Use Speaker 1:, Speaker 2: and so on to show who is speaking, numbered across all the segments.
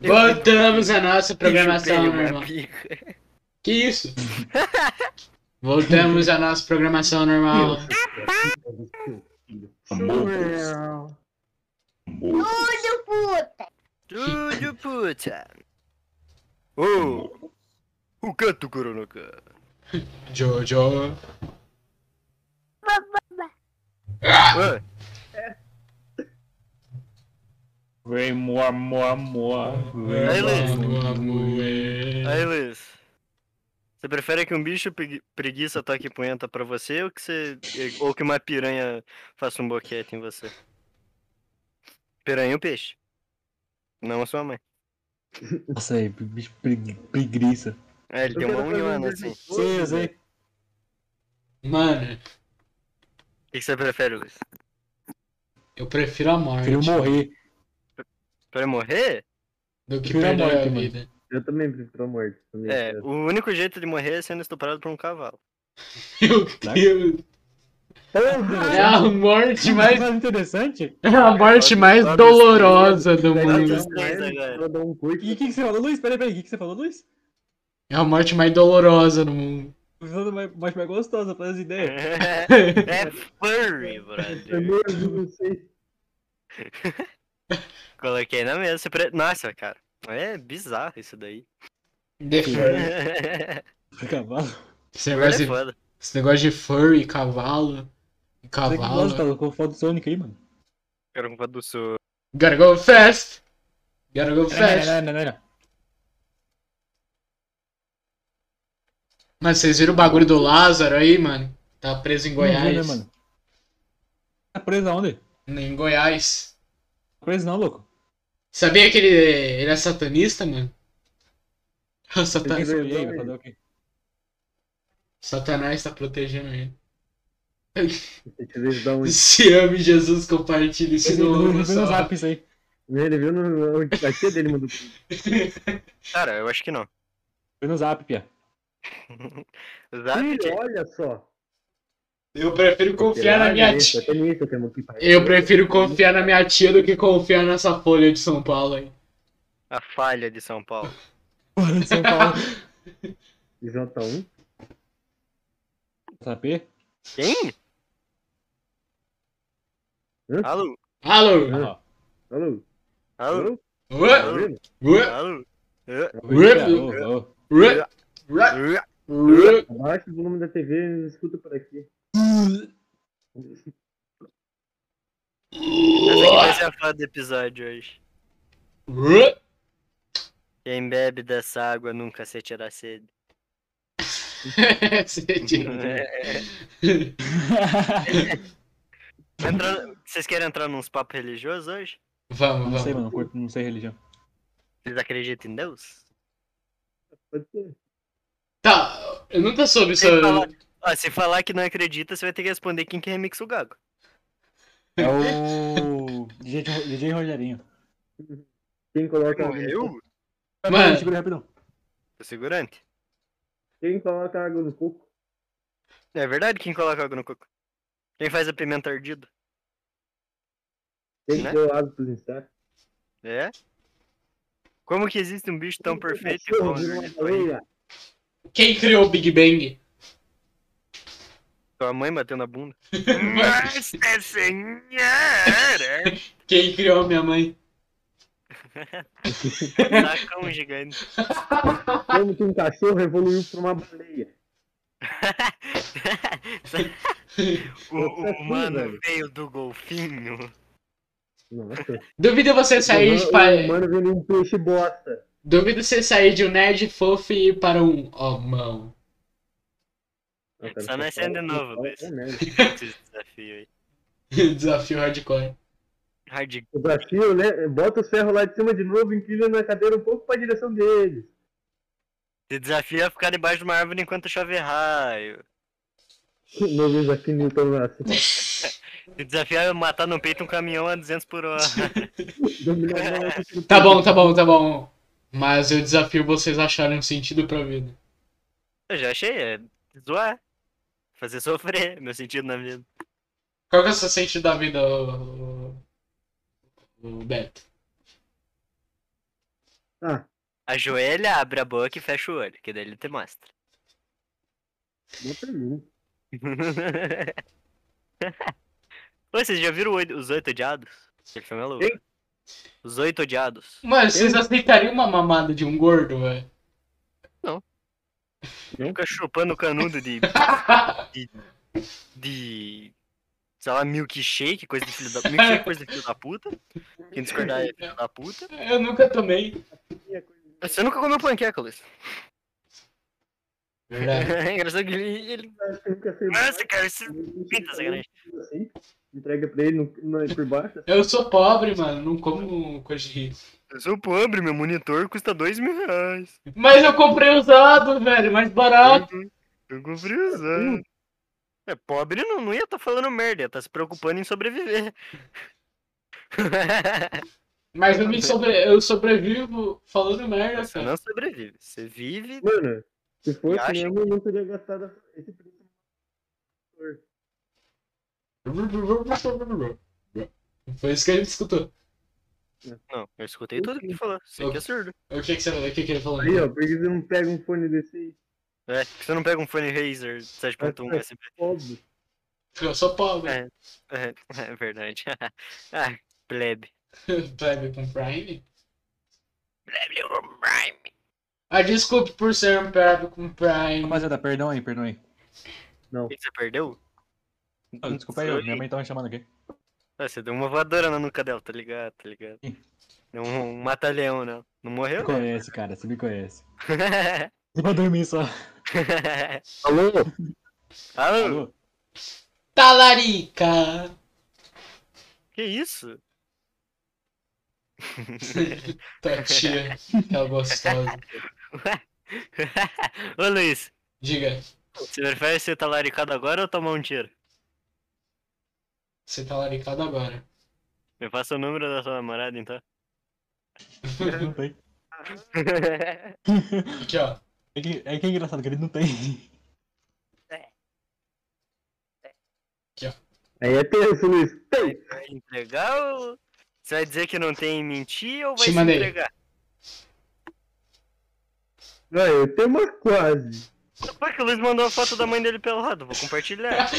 Speaker 1: Voltamos à nossa programação
Speaker 2: Chupei uma
Speaker 1: normal.
Speaker 2: pica.
Speaker 1: Que isso? Voltamos à nossa programação normal.
Speaker 3: Amor, amor,
Speaker 4: Tudo puta.
Speaker 2: Tudo puta. Oh, o canto Coronoca.
Speaker 1: Jojo.
Speaker 2: Ah,
Speaker 3: vem, amor, amor, amor. Vem,
Speaker 2: Aí,
Speaker 1: Aí,
Speaker 2: Luiz. aí, Luiz. Você prefere que um bicho pregui- preguiça toque punheta pra você ou que você. ou que uma piranha faça um boquete em você? Piranha é um peixe. Não a sua mãe.
Speaker 5: Nossa, aí, bicho pregui- preguiça.
Speaker 2: É, ele tem uma unhona assim. O
Speaker 5: Sei, eu sei.
Speaker 1: Mano,
Speaker 2: que que você prefere, Luiz?
Speaker 1: eu prefiro a morte
Speaker 5: Queria morrer.
Speaker 2: Pra morrer?
Speaker 1: do que
Speaker 5: prefiro a
Speaker 1: perder a,
Speaker 5: morte, mano.
Speaker 1: vida.
Speaker 6: Eu também prefiro a morte. Também.
Speaker 2: É, o único jeito de morrer é sendo estuprado por um cavalo.
Speaker 1: Meu
Speaker 5: Né?
Speaker 1: Deus. É a morte mais.
Speaker 5: mais interessante?
Speaker 1: É a morte mais dolorosa do
Speaker 6: Daí
Speaker 2: Mano.
Speaker 6: dá
Speaker 1: mundo.
Speaker 6: um leve pra dar um
Speaker 5: E o
Speaker 6: curto.
Speaker 5: que, que você falou, Luiz? Peraí, peraí, o que, que você falou, Luiz?
Speaker 1: É a morte mais dolorosa do mundo.
Speaker 5: Tô falando mais, mais, mais gostosa, faz as ideias.
Speaker 2: é furry,
Speaker 6: É
Speaker 2: brother.
Speaker 6: mesmo, não sei.
Speaker 2: Coloquei na mesa. você Pre... Nossa, cara. É bizarro isso daí.
Speaker 1: The furry.
Speaker 5: Cavalo.
Speaker 1: Esse negócio,
Speaker 2: é
Speaker 1: de,
Speaker 2: foda.
Speaker 1: esse negócio de furry, cavalo. e
Speaker 5: Você que gosta,
Speaker 1: Cavalo.
Speaker 5: colocou foto do Sonic aí, mano.
Speaker 2: Quero um do sul.
Speaker 1: Gotta go fast! Gotta
Speaker 5: É,
Speaker 1: go fast!
Speaker 5: Não, não, não, não, não.
Speaker 1: Mas vocês viram o bagulho do Lázaro aí, mano? Tá preso em
Speaker 5: Não viu,
Speaker 1: Goiás.
Speaker 5: né, mano? Tá preso aonde?
Speaker 1: Em Goiás.
Speaker 5: Tá preso não, louco.
Speaker 1: Sabia que ele, ele é satanista, mano? O
Speaker 5: Tá
Speaker 1: satan-
Speaker 5: preso
Speaker 6: verdade.
Speaker 5: aí, vai fazer o quê?
Speaker 1: Satanás tá protegendo ele.
Speaker 6: Ele te deixa dar um-
Speaker 1: Se ame Jesus, compartilhe isso
Speaker 5: Ele
Speaker 1: no
Speaker 5: não
Speaker 1: mundo
Speaker 5: viu no
Speaker 1: só.
Speaker 5: zap isso aí.
Speaker 6: Ele viu no. A tia dele mandou.
Speaker 2: Cara, eu acho que não.
Speaker 5: Foi no zap, pia.
Speaker 2: Zap,
Speaker 6: Filho, olha só.
Speaker 1: Eu prefiro confiar na minha tia.
Speaker 6: Até nisso eu tenho que parar.
Speaker 1: Eu prefiro confiar na minha tia do que confiar nessa folha de São Paulo aí.
Speaker 2: a falha de São Paulo.
Speaker 5: Fora de São Paulo.
Speaker 6: J1.
Speaker 5: Zap?
Speaker 2: Quem?
Speaker 6: Hã?
Speaker 2: Alô?
Speaker 1: Alô?
Speaker 5: Ah,
Speaker 6: Alô?
Speaker 2: Alô?
Speaker 6: Alô?
Speaker 1: Ué?
Speaker 6: Tá vendo?
Speaker 1: Ué?
Speaker 2: Alô?
Speaker 5: ó. Pia, ô, ô.
Speaker 1: Ué? Ué?
Speaker 2: Ué,
Speaker 1: Ué?
Speaker 6: Abaixa o volume da TV e nos escuta por aqui.
Speaker 2: Essa aqui vai ser a foda do episódio hoje.
Speaker 1: Ué?
Speaker 2: Quem bebe dessa água nunca se tirar sede.
Speaker 1: Você é tira.
Speaker 2: Entrando- Vocês querem entrar nos papos religiosos hoje?
Speaker 1: Vamos,
Speaker 5: Não sei,
Speaker 1: vamos.
Speaker 5: mano. curto- Não sei religião.
Speaker 2: Vocês acreditam em Deus?
Speaker 6: Pode ser.
Speaker 1: Tá, eu nunca soube
Speaker 2: Sem
Speaker 1: sobre.
Speaker 2: falar- Ó, se falar que não acredita, você vai ter que responder quem que remixa o Gago.
Speaker 5: É o DJ, Ro- DJ Rogerinho.
Speaker 6: Quem coloca.
Speaker 5: tá
Speaker 1: Mano.
Speaker 5: Segura aí rapidão.
Speaker 2: Tô segurante.
Speaker 6: Quem coloca água no coco?
Speaker 2: É verdade quem coloca água no coco? Quem faz a pimenta ardida?
Speaker 6: Quem
Speaker 2: Né?
Speaker 6: deu água pros insetos?
Speaker 2: É? Como que existe um bicho tão perfeito e
Speaker 6: Cachorro
Speaker 2: bom?
Speaker 6: virou
Speaker 2: né?
Speaker 6: uma baleia.
Speaker 1: Quem criou o Big Bang?
Speaker 2: Tua mãe bateu na bunda. Nossa senhora!
Speaker 1: Quem criou a minha mãe?
Speaker 2: Sacão gigante.
Speaker 6: Como que um cachorro evoluiu pra uma baleia?
Speaker 2: O, o humano veio do golfinho.
Speaker 6: Nossa.
Speaker 1: Duvido você sair de.
Speaker 6: O
Speaker 1: Pa...
Speaker 6: humano vendo um peixe bosta.
Speaker 1: Duvido você sair de um nerd fofo e ir para um. Ó, mão.
Speaker 2: Só nascendo de novo, Luiz.
Speaker 6: É merda.
Speaker 2: Esse desafio aí.
Speaker 1: Desafio hardcore.
Speaker 2: Hard...
Speaker 6: O desafio, né? Bota os ferros lá de cima de novo, inclina na cadeira um pouco pra direção deles.
Speaker 2: Esse desafio é ficar debaixo de uma árvore enquanto chove raio.
Speaker 6: Novo desafio Newton Nasce.
Speaker 2: Se desafiar eu matar no peito um caminhão a 200 por hora.
Speaker 1: Tá bom, tá bom, tá bom. Mas eu desafio vocês a acharem um sentido pra vida.
Speaker 2: eu já achei, é zoar. Fazer sofrer, meu sentido na vida.
Speaker 1: Qual que é o seu sentido da vida, ô- ô- ô Beto?
Speaker 6: Ah.
Speaker 2: Ajoelha, abre a boca e fecha o olho, que daí ele te mostra.
Speaker 1: tá.
Speaker 6: Não pra mim. né?
Speaker 2: Ô, vocês já viram o oito- os oito odiados? Aquele filme é louco.
Speaker 6: Quem?
Speaker 2: Os oito odiados.
Speaker 1: Mano, vocês aceitariam uma mamada de um gordo, velho?
Speaker 2: Fica chupando o canudo de. de. de. sei lá, milkshake, coisa de filho da. Milkshake, coisa de filho da puta. Quem discordar é filho da puta.
Speaker 1: Eu nunca tomei.
Speaker 2: Você nunca comeu panqueca, Luiz.
Speaker 1: Verdade.
Speaker 2: É engraçado que ele. ele...
Speaker 6: Acho que eu nunca sei.
Speaker 2: Nossa, cara, isso. Pinta essa grande.
Speaker 6: Assim, entrega pra ele no- no- por baixo.
Speaker 1: Eu sou pobre, mano. Não como coisa de rico.
Speaker 2: Eu sou pobre, meu monitor custa dois mil reais.
Speaker 1: Mas eu comprei usado, velho. Mais barato.
Speaker 2: Eu comprei usado. É, pobre não, não ia estar falando merda, ia estar se preocupando em sobreviver.
Speaker 1: Mas eu, me sobre... eu sobrevivo falando merda,
Speaker 2: Você
Speaker 1: cara.
Speaker 2: não sobrevive, você vive.
Speaker 6: Mano, se fosse
Speaker 2: acha?
Speaker 6: mesmo, eu não teria gastado esse preço.
Speaker 1: Foi isso que ele escutou.
Speaker 2: Não, eu escutei tudo que tu falou. Você que é surdo.
Speaker 1: O que, que, você... o que, que ele falou?
Speaker 6: Aí, ó, por que você não pega um fone desse aí?
Speaker 2: É, por que você não pega um fone Razer 7.1 USB.
Speaker 6: Pobre.
Speaker 1: Eu sou pobre.
Speaker 2: É. É, é verdade. ah, plebe.
Speaker 1: Plebe com Prime.
Speaker 2: Plebe é um o Prime.
Speaker 1: Ah, desculpe por ser um plebe com Prime.
Speaker 5: Rapaziada, perdão aí, perdão aí.
Speaker 2: O que que você perdeu?
Speaker 5: Ah, Desculpa aí,
Speaker 2: Sorry.
Speaker 5: minha mãe tá me chamando aqui.
Speaker 2: Ah, você deu uma voadora na nuca dela, tá ligado? Tá ligado?
Speaker 5: Ih.
Speaker 2: Deu um, um mata-leão, né? Não morreu?
Speaker 5: Me
Speaker 2: não.
Speaker 5: conhece, cara, você me conhece. Eu vou dormir só.
Speaker 6: Alô?
Speaker 2: Alô,
Speaker 5: Alô?
Speaker 1: Talarica!
Speaker 2: que isso?
Speaker 1: Tua Tá, tia, aquela gostosa.
Speaker 2: Ô Luiz,
Speaker 1: Diga,
Speaker 2: você prefere ser talaricado agora ou tomar um tiro?
Speaker 1: você tá laricado agora.
Speaker 2: Me passa o número da sua namorada, então.
Speaker 5: Ele não tem.
Speaker 1: Aqui, ó.
Speaker 5: É que, é que é engraçado que ele não tem.
Speaker 6: Aí é tenso, Luiz. Tem.
Speaker 2: Vai entregar ou... Você vai dizer que não tem em mentir ou vai
Speaker 1: Te
Speaker 2: se
Speaker 1: mandei.
Speaker 2: entregar?
Speaker 6: Vai, eu tenho uma quase.
Speaker 2: Pô, que o Luiz mandou a foto da mãe dele pelado, vou compartilhar.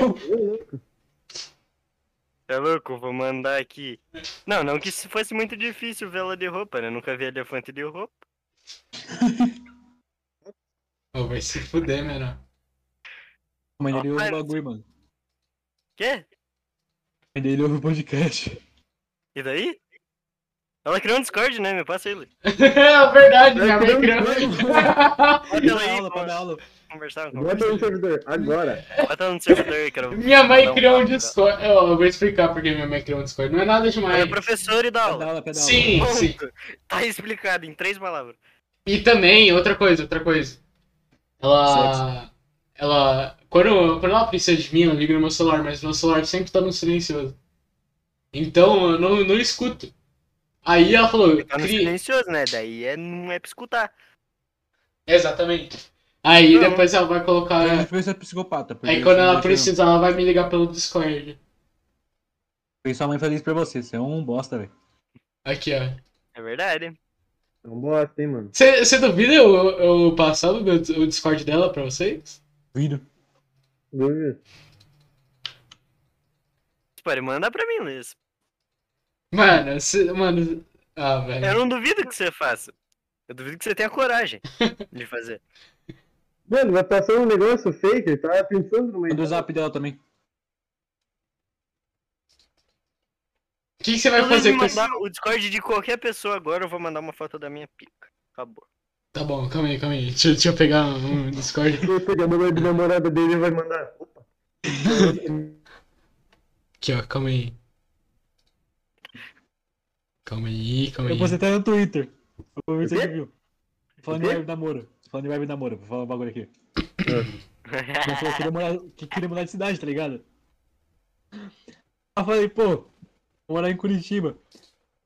Speaker 6: Ô, louco.
Speaker 2: É louco, vou mandar aqui. Não, não que se fosse muito difícil ver ela de roupa, né? Nunca vi elefante de roupa.
Speaker 1: Ô, vai se fuder, menor.
Speaker 5: Mãe dele ouve o bagulho, mano.
Speaker 2: Quê?
Speaker 5: Mãe dele ouve o podcast.
Speaker 2: E daí? Ela criou um Discord, né? Me passa aí, Luiz.
Speaker 1: É verdade, minha mãe
Speaker 6: Eu
Speaker 1: criou.
Speaker 2: Bota ela
Speaker 5: Pra
Speaker 2: aí,
Speaker 5: aula, pra dar
Speaker 2: vamos
Speaker 5: aula.
Speaker 2: conversar. vamos
Speaker 6: Bota no
Speaker 2: conversar.
Speaker 6: é um servidor, agora.
Speaker 2: Bota ela no servidor aí, cara.
Speaker 1: Minha mãe
Speaker 2: Mandar
Speaker 1: criou um
Speaker 2: papo,
Speaker 1: Discord. Ó, Eu vou explicar porque minha mãe criou um Discord. Não é nada
Speaker 2: cara. Ela
Speaker 1: demais.
Speaker 2: é né? professora e dá
Speaker 5: Pra dar
Speaker 2: aula.
Speaker 5: aula, pra dar aula.
Speaker 1: Sim, sim.
Speaker 2: Ponto. Tá explicado em três palavras.
Speaker 1: E também, outra coisa, outra coisa. Ela. Ela. Quando, quando ela precisa de mim, ela liga no meu celular, mas meu celular sempre tá no silencioso. Então eu não, não escuto. Aí ela falou,
Speaker 2: Tá no
Speaker 1: cria.
Speaker 2: silencioso, né? Daí é, não é pra escutar.
Speaker 1: Exatamente. Aí
Speaker 2: Não.
Speaker 1: depois ela vai
Speaker 5: A
Speaker 1: colocar.
Speaker 5: gente pensa é psicopata. porque
Speaker 1: Aí quando ela
Speaker 5: você deixa-
Speaker 1: precisar, ela vai me ligar pelo Discord.
Speaker 5: Fez sua mãe fazer isso pra você, você é um bosta, velho.
Speaker 1: Aqui, ó.
Speaker 2: É verdade.
Speaker 6: É um bosta, hein, mano.
Speaker 1: Você duvida eu, eu passar o, meu, o Discord dela pra vocês?
Speaker 5: Duvido.
Speaker 6: Dúvida?
Speaker 2: Você Pode mandar Tipo, pra mim, Luiz.
Speaker 1: Mano, cê, mano. Ah, velho.
Speaker 2: Eu não duvido que você faça. Eu duvido que você tenha coragem de fazer.
Speaker 6: Mano, vai passar um negócio fake, ele tava pensando numa
Speaker 1: Um
Speaker 5: Manda o
Speaker 6: ideia.
Speaker 5: zap dela também.
Speaker 1: O que você vai
Speaker 2: Eu
Speaker 1: fazer
Speaker 2: vou
Speaker 1: com isso?
Speaker 2: Então, mandar o Discord de qualquer pessoa agora, eu vou mandar uma foto da minha pica. Acabou.
Speaker 1: Tá bom, calma aí, calma aí. Deixa, deixa eu pegar um Discord.
Speaker 6: Se eu pegar o número de namorada dele, ele vai mandar. Opa.
Speaker 1: Aqui, ó, calma aí. Calma aí, calma
Speaker 5: Eu
Speaker 1: aí.
Speaker 5: postei até no Twitter. Vou ver se
Speaker 6: O quê?
Speaker 5: você viu. Falando de
Speaker 6: O quê? É.
Speaker 5: web namoro. Falando de web namoro, vou falar um bagulho aqui. Ela falou que queria morar, que queria mudar de cidade, tá ligado? Eu falei, pô, vou morar em Curitiba.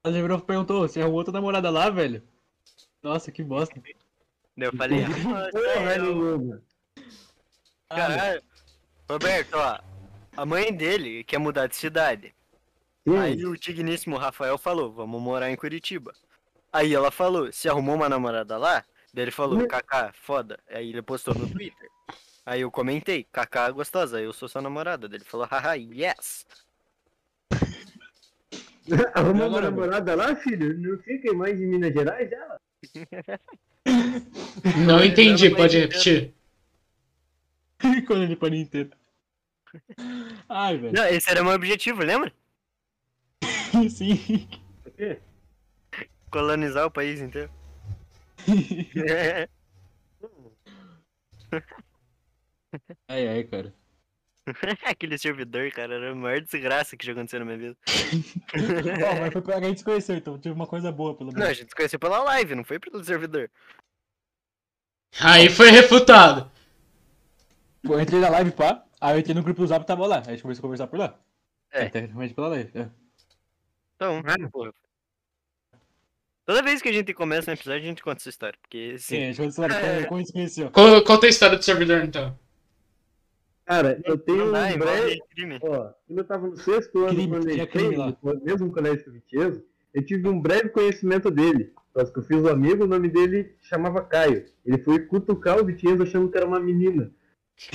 Speaker 5: Ela já virou e perguntou, você arrumou outra namorada lá, velho? Nossa, que bosta.
Speaker 2: Daí eu falei, ah,
Speaker 1: É,
Speaker 6: Porra
Speaker 2: eu-
Speaker 6: nenhuma.
Speaker 2: Caralho. Roberto, ó. A mãe dele quer mudar de cidade.
Speaker 6: Sim.
Speaker 2: Aí o digníssimo Rafael falou: vamos morar em Curitiba. Aí ela falou, se arrumou uma namorada lá? Daí ele falou, Kaká, foda. Aí ele postou no Twitter. Aí eu comentei, Kaká gostosa, eu sou sua namorada. Daí ele falou, haha, yes.
Speaker 6: Arruma uma
Speaker 5: Namorada.
Speaker 6: namorada lá, filho? Não fica mais em Minas Gerais ela?
Speaker 1: Não entendi,
Speaker 2: Não, mas-
Speaker 1: pode repetir.
Speaker 5: Quando ele para inteiro. Ai, velho.
Speaker 2: Não, esse era meu objetivo, lembra?
Speaker 5: Sim.
Speaker 6: O quê?
Speaker 2: Colonizar o país inteiro.
Speaker 5: Ai, ai, cara.
Speaker 2: Aquele servidor, cara, era a maior desgraça que já aconteceu na minha vida.
Speaker 5: Ó, mas foi pra gente se conhecer, então tive uma coisa boa, pelo
Speaker 2: Não, a
Speaker 5: menos.
Speaker 2: gente se conheceu pela live, não foi pelo servidor.
Speaker 1: Aí foi refutado.
Speaker 5: Pô, eu entrei na live, pá. Aí eu entrei no grupo do Zap e tava lá. Aí a gente começou a conversar por lá.
Speaker 2: É.
Speaker 5: É, tecnicamente pela live. é.
Speaker 2: Então, porra. Toda vez que a gente começa um episódio, a gente conta essa história. Porque,
Speaker 5: Sim, a
Speaker 2: sim.
Speaker 5: gente conversou lá.
Speaker 2: É.
Speaker 5: Como a gente se conheceu.
Speaker 1: Co- Conta a história do servidor então.
Speaker 6: Cara, eu tenho
Speaker 2: não
Speaker 6: um
Speaker 2: dá, é
Speaker 6: breve...
Speaker 2: envolve crime.
Speaker 6: Ó, quando eu tava no sexto ano,
Speaker 5: Crime,
Speaker 6: quando eu
Speaker 5: tinha
Speaker 6: entrei,
Speaker 5: crime lá.
Speaker 6: no mesmo colégio que o Vitieso, eu tive um breve conhecimento dele. Nós que eu fiz um amigo, o nome dele chamava Caio. Ele foi cutucar o Vitieso achando que era uma menina.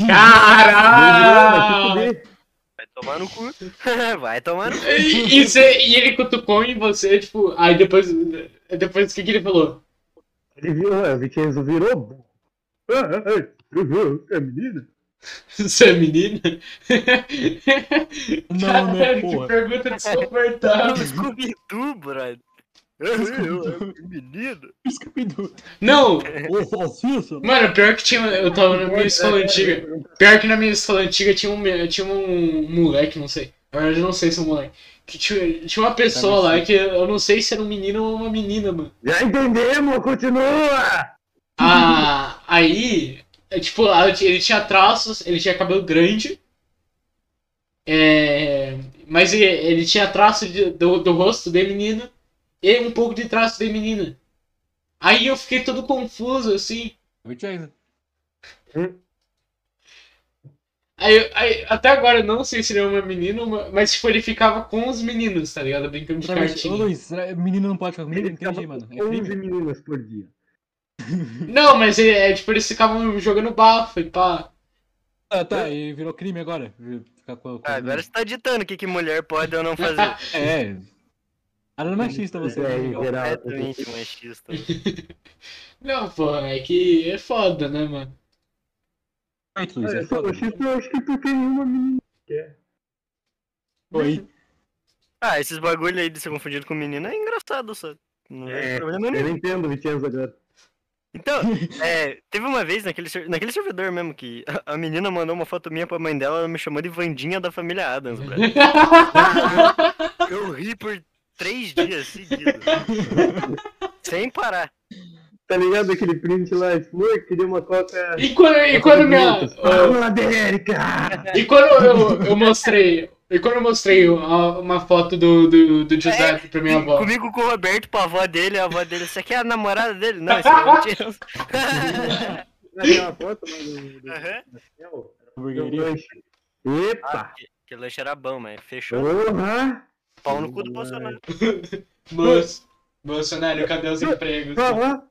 Speaker 1: Caralho!
Speaker 6: Ele, "Ah, vai te fuder."
Speaker 2: Vai tomar no cu. Vai tomar no cu.
Speaker 1: é E, e cê- e ele cutucou em você, tipo, aí depois. Depois o que, que ele falou?
Speaker 6: Ele virou, é, o Vitieso virou. burro. Ah, ah, ah, tu viu? É menina?
Speaker 1: Você é menina?
Speaker 5: Não, né,
Speaker 1: Caralho, que
Speaker 5: porra.
Speaker 1: pergunta desconfortável.
Speaker 2: Scooby-Doo, brother.
Speaker 6: É,
Speaker 2: Menino.
Speaker 5: Scooby-Doo.
Speaker 1: Não,
Speaker 5: Ô, salsicha.
Speaker 1: mano, pior que tinha. Eu tava na minha escola antiga. Pior que na minha escola antiga tinha um, me- tinha um moleque, não sei. Na verdade, eu não sei se é um moleque. Que tinha, tinha uma pessoa lá que eu não sei se era um menino ou uma menina, mano.
Speaker 6: Já entendemos, continua!
Speaker 1: Ah, aí, é, tipo, lá eu ti- ele tinha traços, ele tinha cabelo grande. É, mas e- ele tinha traço de- do, do rosto de menino e um pouco de traço de menina. Aí eu fiquei todo confuso, assim. Aí, eu- aí, até agora eu não sei se ele é uma menina, ou uma- mas tipo, ele ficava com os meninos, tá ligado? Brincando de
Speaker 5: Sinceramente, Ô
Speaker 1: cartinha.
Speaker 5: Luiz, será- menino não pode ficar comigo?
Speaker 6: Ele ficava
Speaker 5: Entendi, mano. É
Speaker 6: 11
Speaker 5: crime.
Speaker 6: meninas por dia.
Speaker 1: Não, mas ele, é, tipo, eles ficavam jogando bafo e pá.
Speaker 5: Ah, tá,
Speaker 6: né?
Speaker 5: e virou crime agora. vir- Ficar com, com
Speaker 2: Ah, agora você tá ditando o que, que mulher pode ou não fazer.
Speaker 5: É. Cara, não é machista você.
Speaker 6: É,
Speaker 5: né,
Speaker 6: em
Speaker 5: legal.
Speaker 6: geral. tipo
Speaker 2: Completamente machista.
Speaker 1: Não, pô, é que é foda, né, mano?
Speaker 5: Perfeito, Luiz,
Speaker 6: Ah,
Speaker 5: é
Speaker 6: Eu sou
Speaker 5: foda.
Speaker 6: machista, eu acho que porque nenhuma menina quer.
Speaker 5: Oi.
Speaker 2: Ah, esses bagulho aí de ser confundido com menino é engraçado, só. Não é,
Speaker 6: É,
Speaker 2: problema nenhum.
Speaker 6: Eu entendo, Vitieso, agora.
Speaker 2: Então, é, teve uma vez naquele, ser- naquele servidor mesmo que a- a menina mandou uma foto minha pra mãe dela, ela me chamou de Vandinha da família Adams, velho. Eu ri por três dias seguidos. Sem parar.
Speaker 6: Tá ligado aquele print lá? Flor, queria uma coca.
Speaker 1: E quando, e
Speaker 6: é
Speaker 1: quando minha. ó,
Speaker 6: Fala, Dérica!
Speaker 1: E quando eu, eu mostrei. E quando eu mostrei uma uma foto do, do, do Giuseppe pra minha avó.
Speaker 2: Comigo com o Roberto, pra avó dele, a avó dele, você quer a namorada dele? Não, isso é mentira.
Speaker 6: Aquela foto lá do.
Speaker 1: Ah.
Speaker 6: do-
Speaker 2: Aham.
Speaker 6: do céu, um do
Speaker 5: Hamburgueria.
Speaker 6: lanche. Epa!
Speaker 2: Que lanche era bom, mas fechou.
Speaker 6: Porra!
Speaker 2: Pau no cu do Bolsonaro.
Speaker 1: Bolso- Bolsonaro, cadê os empregos?
Speaker 6: Porra!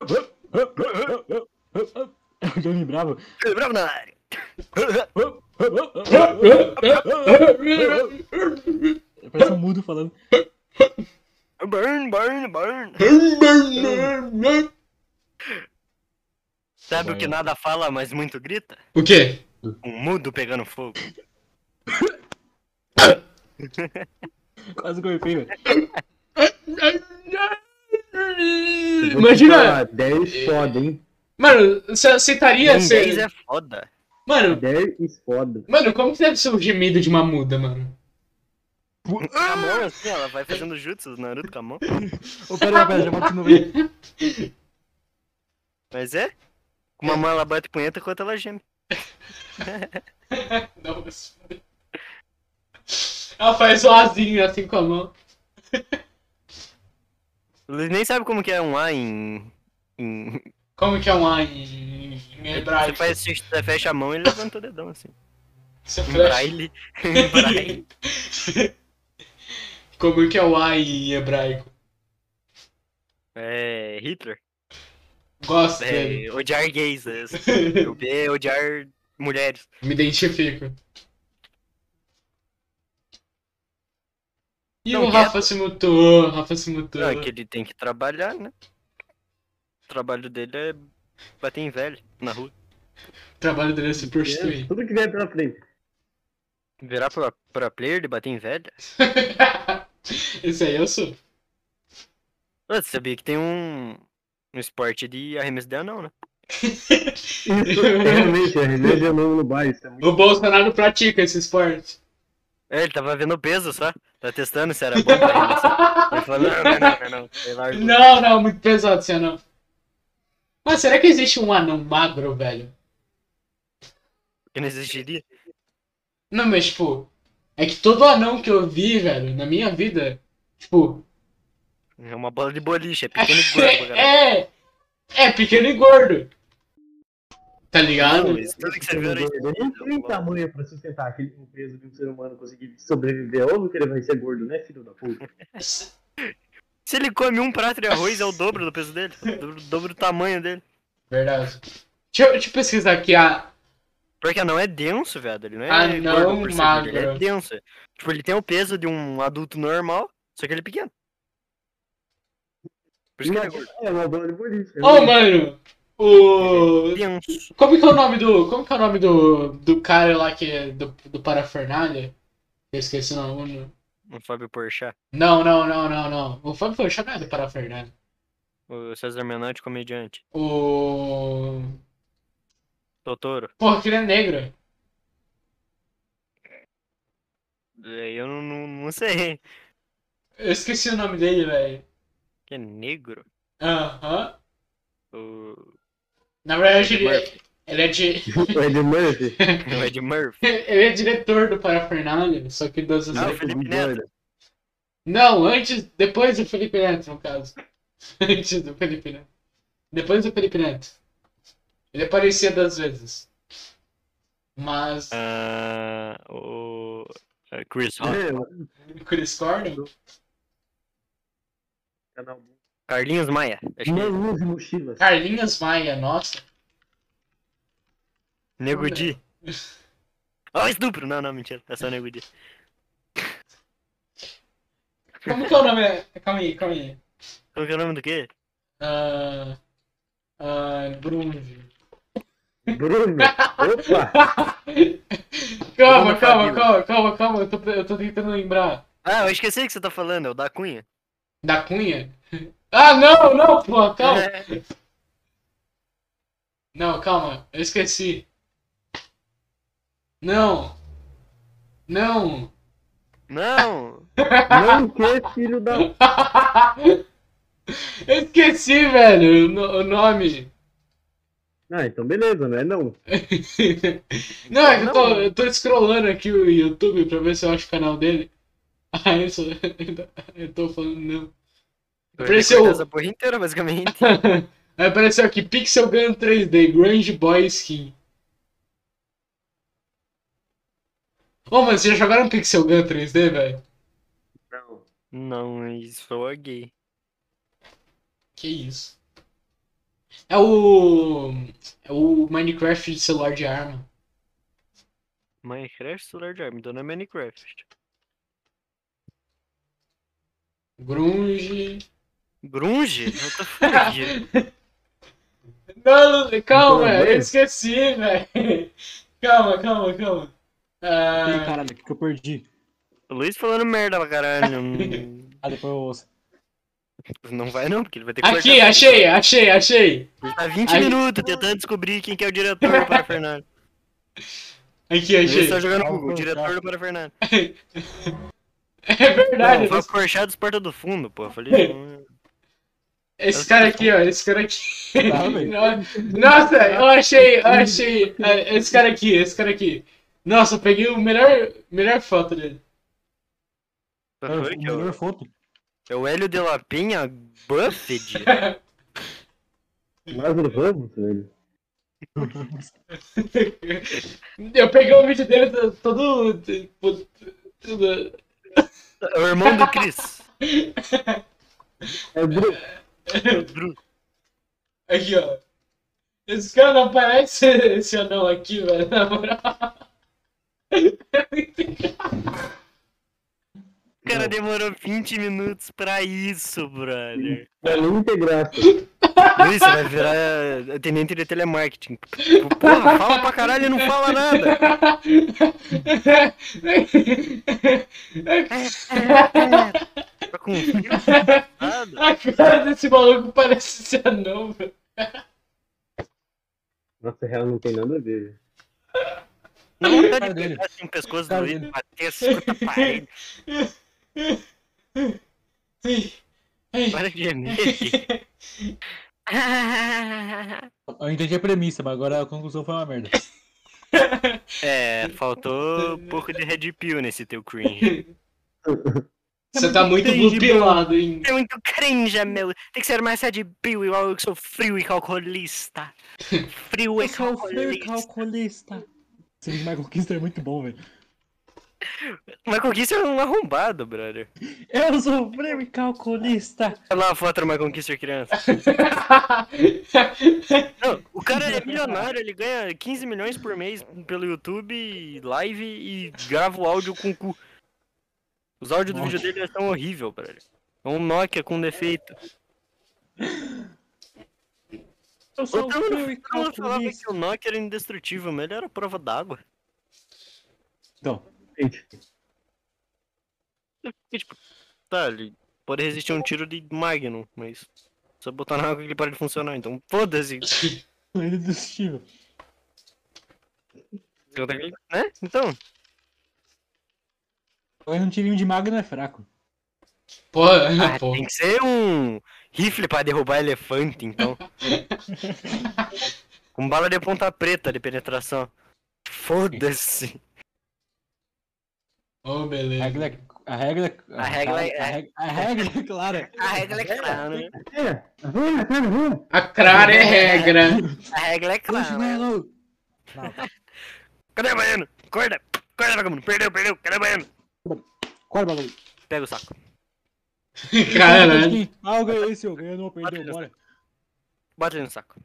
Speaker 5: Johnny Bravo.
Speaker 2: Bravo na área.
Speaker 5: Parece um mudo falando.
Speaker 2: Burn, burn, burn. Sabe o que nada fala, mas muito grita?
Speaker 1: O quê?
Speaker 2: Um mudo pegando fogo.
Speaker 5: Quase golpei, velho.
Speaker 1: Imagina!
Speaker 6: 10 foda, hein?
Speaker 1: Mano, você aceitaria
Speaker 2: Um 10
Speaker 1: ser.
Speaker 2: é foda.
Speaker 1: Mano,
Speaker 6: 10 foda.
Speaker 1: mano, como que deve ser o gemido de uma muda, mano?
Speaker 2: Com a mão assim, ela vai fazendo jutsu do Naruto com a mão.
Speaker 5: Ô, pera aí, pera aí, já continuo aí.
Speaker 2: Mas é? Com uma mão ela bate punheta enquanto ela geme.
Speaker 1: Não, mas- Ela faz sozinha assim com a mão.
Speaker 2: O Luiz nem sabe como que é um A em. em...
Speaker 1: Como que é um A em, em
Speaker 2: Você,
Speaker 1: hebraico?
Speaker 2: faz, você fecha a mão e levanta o dedão assim.
Speaker 1: Você
Speaker 2: Em
Speaker 1: faz-
Speaker 2: braille. Em braille.
Speaker 1: Como que é o A em hebraico?
Speaker 2: É. Hitler.
Speaker 1: Gosto dele.
Speaker 2: É, odiar gays. É, o B é odiar mulheres.
Speaker 1: Me identifico. E
Speaker 2: Não,
Speaker 1: o Rafa se mutou, o Rafa se mutou.
Speaker 2: Não, é que ele tem que trabalhar, né? O trabalho dele é bater em velho na rua.
Speaker 1: O trabalho dele é se prostituir.
Speaker 6: Tudo que vier pela frente.
Speaker 2: Virar pra, pra player e bater em velho.
Speaker 1: Esse aí eu sou.
Speaker 2: Ah, Você sabia que tem um, um esporte de arremesso de anão, né?
Speaker 6: Isso, realmente, a remédio é novo no bairro. Isso é muito...
Speaker 1: O Bolsonaro pratica esse esporte.
Speaker 2: É, ele tava vendo o peso só. Tá testando se era bom pra ele. só. Ele falou, não, não, não, não, não. Ele largou.
Speaker 1: Não, não, muito pesado esse anão. Mas será que existe um anão magro, velho?
Speaker 2: Porque não existiria.
Speaker 1: Não, mas tipo, é que todo anão que eu vi, velho, na minha vida, tipo,
Speaker 2: É uma bola de boliche, é pequeno e gordo pra caralho.
Speaker 1: é, é pequeno e gordo. Tá ligado?
Speaker 2: Não, isso tudo que você viu né? era isso.
Speaker 6: Ele não tem tamanho pra sustentar aquele um peso de um ser humano conseguir sobreviver. Óbvio que ele vai ser gordo, né, filho da puta?
Speaker 2: Se ele come um prato de arroz, é o dobro do peso dele. O dobro, o dobro do tamanho dele.
Speaker 1: É Verdade. Deixa eu, deixa eu pesquisar aqui a.
Speaker 2: Porque anão é denso, velho. Ele não é
Speaker 1: Anão
Speaker 2: gordo por ser gordo, Ele é
Speaker 1: magro.
Speaker 2: denso. Tipo, ele tem o peso de um adulto normal, só que ele é pequeno. Por isso que ele é gordo.
Speaker 6: É uma bola de boliche.
Speaker 1: Ô, mano! O.
Speaker 2: Denso.
Speaker 1: Como que é o nome do. Como que é o nome do. Do cara lá que é do, do Parafernália? Eu esqueci o nome.
Speaker 2: O Fábio Porchat.
Speaker 1: Não, não, não, não, não. O Fábio Porchat não é do Parafernália.
Speaker 2: O César Menotti, comediante.
Speaker 1: O.
Speaker 2: Totoro.
Speaker 1: Porra, que ele é negro.
Speaker 2: É, Eu não, não, não sei.
Speaker 1: Eu esqueci o nome dele, velho.
Speaker 2: Que é negro?
Speaker 1: Aham.
Speaker 2: O...
Speaker 1: Na verdade,
Speaker 2: Eddie
Speaker 1: ele,
Speaker 2: Murphy.
Speaker 1: ele é de.
Speaker 6: O Ed Murphy.
Speaker 2: o Ed Murphy.
Speaker 1: ele é diretor do Parafernália, só que das.
Speaker 2: Ah,
Speaker 6: é
Speaker 2: o Felipe Neto.
Speaker 1: Não, antes, depois do Felipe Neto, no caso. Antes do Felipe Neto. Depois do Felipe Neto. Ele aparecia das vezes. Mas.
Speaker 2: Ah, o é, Chris Rock.
Speaker 6: É, mano.
Speaker 1: o Chris Cornell?
Speaker 6: Canal bom.
Speaker 2: Carlinhos Maia. Acho que é.
Speaker 6: Não use mochilas.
Speaker 1: Carlinhos Maia, nossa.
Speaker 2: Nego Di.
Speaker 1: é?
Speaker 2: Ah, estupro! Não, não, mentira. É só Nego Di.
Speaker 1: Como que é o nome? Calma aí, calma aí.
Speaker 2: Qual que é o nome do quê?
Speaker 1: Ah, ah, Brunvi.
Speaker 6: Bruno. Opa.
Speaker 1: calma,
Speaker 2: Bruno
Speaker 1: calma,
Speaker 2: Fabila.
Speaker 1: calma, calma, calma. Eu tô, eu tô tentando lembrar.
Speaker 2: Ah, eu esqueci que você tá falando. É o da Cunha.
Speaker 1: Da Cunha? Ah, não, não, porra, calma.
Speaker 2: É.
Speaker 1: Não, calma, eu esqueci. Não. Não.
Speaker 2: Não!
Speaker 6: Não que filho da...
Speaker 1: eu esqueci, velho, o no- o nome.
Speaker 6: Ah, então beleza, né? Não.
Speaker 1: Não, é que eu tô, eu tô scrollando aqui o YouTube pra ver se eu acho o canal dele. Aí eu, só- eu tô falando não.
Speaker 2: Eu
Speaker 1: Apareceu-
Speaker 2: decorei Essa porra inteira, basicamente.
Speaker 1: Aí apareceu aqui Pixel Gun 3D Grunge Boy Skin. Ô, mano, vocês já jogaram Pixel Gun 3D, velho?
Speaker 6: Não.
Speaker 2: Não, isso é gay.
Speaker 1: Que isso. É o. É o Minecraft de celular de arma.
Speaker 2: Minecraft Solar Jar, me deu na Minecraft.
Speaker 1: Grunge.
Speaker 2: Grunge? Eu tô fudido.
Speaker 1: Não, não, calma,
Speaker 6: Então,
Speaker 1: eu
Speaker 6: velho.
Speaker 1: esqueci, velho. Calma, calma, calma.
Speaker 5: Ih,
Speaker 1: Ah,
Speaker 5: caralho, o que que eu perdi?
Speaker 2: O Luiz falando merda pra caralho. Hum,
Speaker 5: Ah, depois eu ouço.
Speaker 2: Não vai não, porque ele vai ter que
Speaker 1: aqui,
Speaker 2: cortar.
Speaker 1: achei, achei, achei.
Speaker 2: Ele tá 20
Speaker 1: Ai.
Speaker 2: minutos tentando descobrir quem que é o diretor do Parafernando.
Speaker 1: Aqui,
Speaker 2: Ele
Speaker 1: achei.
Speaker 2: tá jogando Google, o diretor do Parafernando.
Speaker 1: É verdade.
Speaker 2: Não, foi porchado dos porta do fundo, pô. Eu Falei, não,
Speaker 1: Esse cara aqui, ó, esse cara aqui.
Speaker 5: Tá, velho.
Speaker 1: Nossa, eu achei, eu achei. é, Esse cara aqui, esse cara aqui. Nossa, eu peguei o melhor, melhor foto dele.
Speaker 5: É
Speaker 2: foi
Speaker 5: o
Speaker 2: que é o-
Speaker 5: melhor foto.
Speaker 2: é o Hélio de Lapinha Buffett?
Speaker 6: Lázaro Ramos, velho.
Speaker 1: Eu peguei o vídeo dele todo- todo. tipo, tudo-
Speaker 2: É o irmão do Chris.
Speaker 6: É Bruno.
Speaker 1: Aqui, ó. Esse cara não parece esse anão aqui, velho, na moral. É muito engraçado.
Speaker 2: O cara demorou 20 minutos pra isso, brother.
Speaker 6: Pra mim ter graça.
Speaker 2: Luiz, você vai virar é, atendente de telemarketing. Tipo, Porra, fala pra caralho e não fala nada. Tá com frio? Nada.
Speaker 1: A cara desse maluco parece esse anão, velho.
Speaker 6: Nossa, real não tem nada a ver.
Speaker 2: Dá vontade
Speaker 5: Cara
Speaker 2: de
Speaker 5: dele.
Speaker 2: pegar assim o pescoço do
Speaker 5: Cara
Speaker 2: Luiz,
Speaker 5: dele.
Speaker 2: bater assim contra a parede.
Speaker 1: Ai, ai.
Speaker 2: Para de gemer.
Speaker 5: Eu entendi a premissa, mas agora a conclusão foi uma merda.
Speaker 2: É, faltou um pouco de red pill nesse teu cringe.
Speaker 1: Você tá muito
Speaker 2: Entendi,
Speaker 1: bupilado, hein?
Speaker 2: É muito cringe, meu. Tem que ser mais red pill, igual eu que sou frio e calculista. um Frio e calculista.
Speaker 5: calculista. Esse vídeo do Michael Kister é muito bom, velho.
Speaker 2: Mas Conquista é um arrombado, brother.
Speaker 5: Eu sou frio e calculista.
Speaker 2: Olha lá a foto do Michael Kister criança. Não, o cara é milionário, ele ganha 15 milhões por mês pelo YouTube, live e grava o áudio com o cu. Os áudios do vídeo dele são horríveis, brother. É um Nokia com defeito. Todo
Speaker 5: Eu sou um frio e
Speaker 2: mundo todo mundo falava
Speaker 5: calculista.
Speaker 2: que o Nokia era indestrutível, mas ele era prova d'água.
Speaker 5: Então,
Speaker 6: Gente,
Speaker 2: Eu fiquei tipo, tá, ele pode resistir a um tiro de Magnum, mas só botar na água que ele para de funcionar, então foda-se.
Speaker 5: é indestrutível.
Speaker 2: Né? Então,
Speaker 5: Mas um tirinho de magno é fraco.
Speaker 1: Pô,
Speaker 2: ah,
Speaker 1: pô.
Speaker 2: tem que ser um rifle pra derrubar elefante, então. Com bala de ponta preta de penetração. Foda-se.
Speaker 1: Ô,
Speaker 5: A
Speaker 1: beleza.
Speaker 5: regra é... A regra,
Speaker 2: A regra é-
Speaker 5: a regra, a regra é clara.
Speaker 2: A regra é clara, né?
Speaker 6: é, tá vendo, tá vendo?
Speaker 1: A clara é regra.
Speaker 2: A regra é
Speaker 5: Puxa,
Speaker 2: clara.
Speaker 5: vai logo.
Speaker 2: Cadê o baiano? Acorda! Acorda, vagabundo! Perdeu, perdeu! Cadê o baiano?
Speaker 5: Acorda, bagulho.
Speaker 2: Pega o saco.
Speaker 1: Caralho.
Speaker 5: Ah, eu ganhei esse, eu ganhei, não perdeu, bora.
Speaker 2: Bota ele no saco.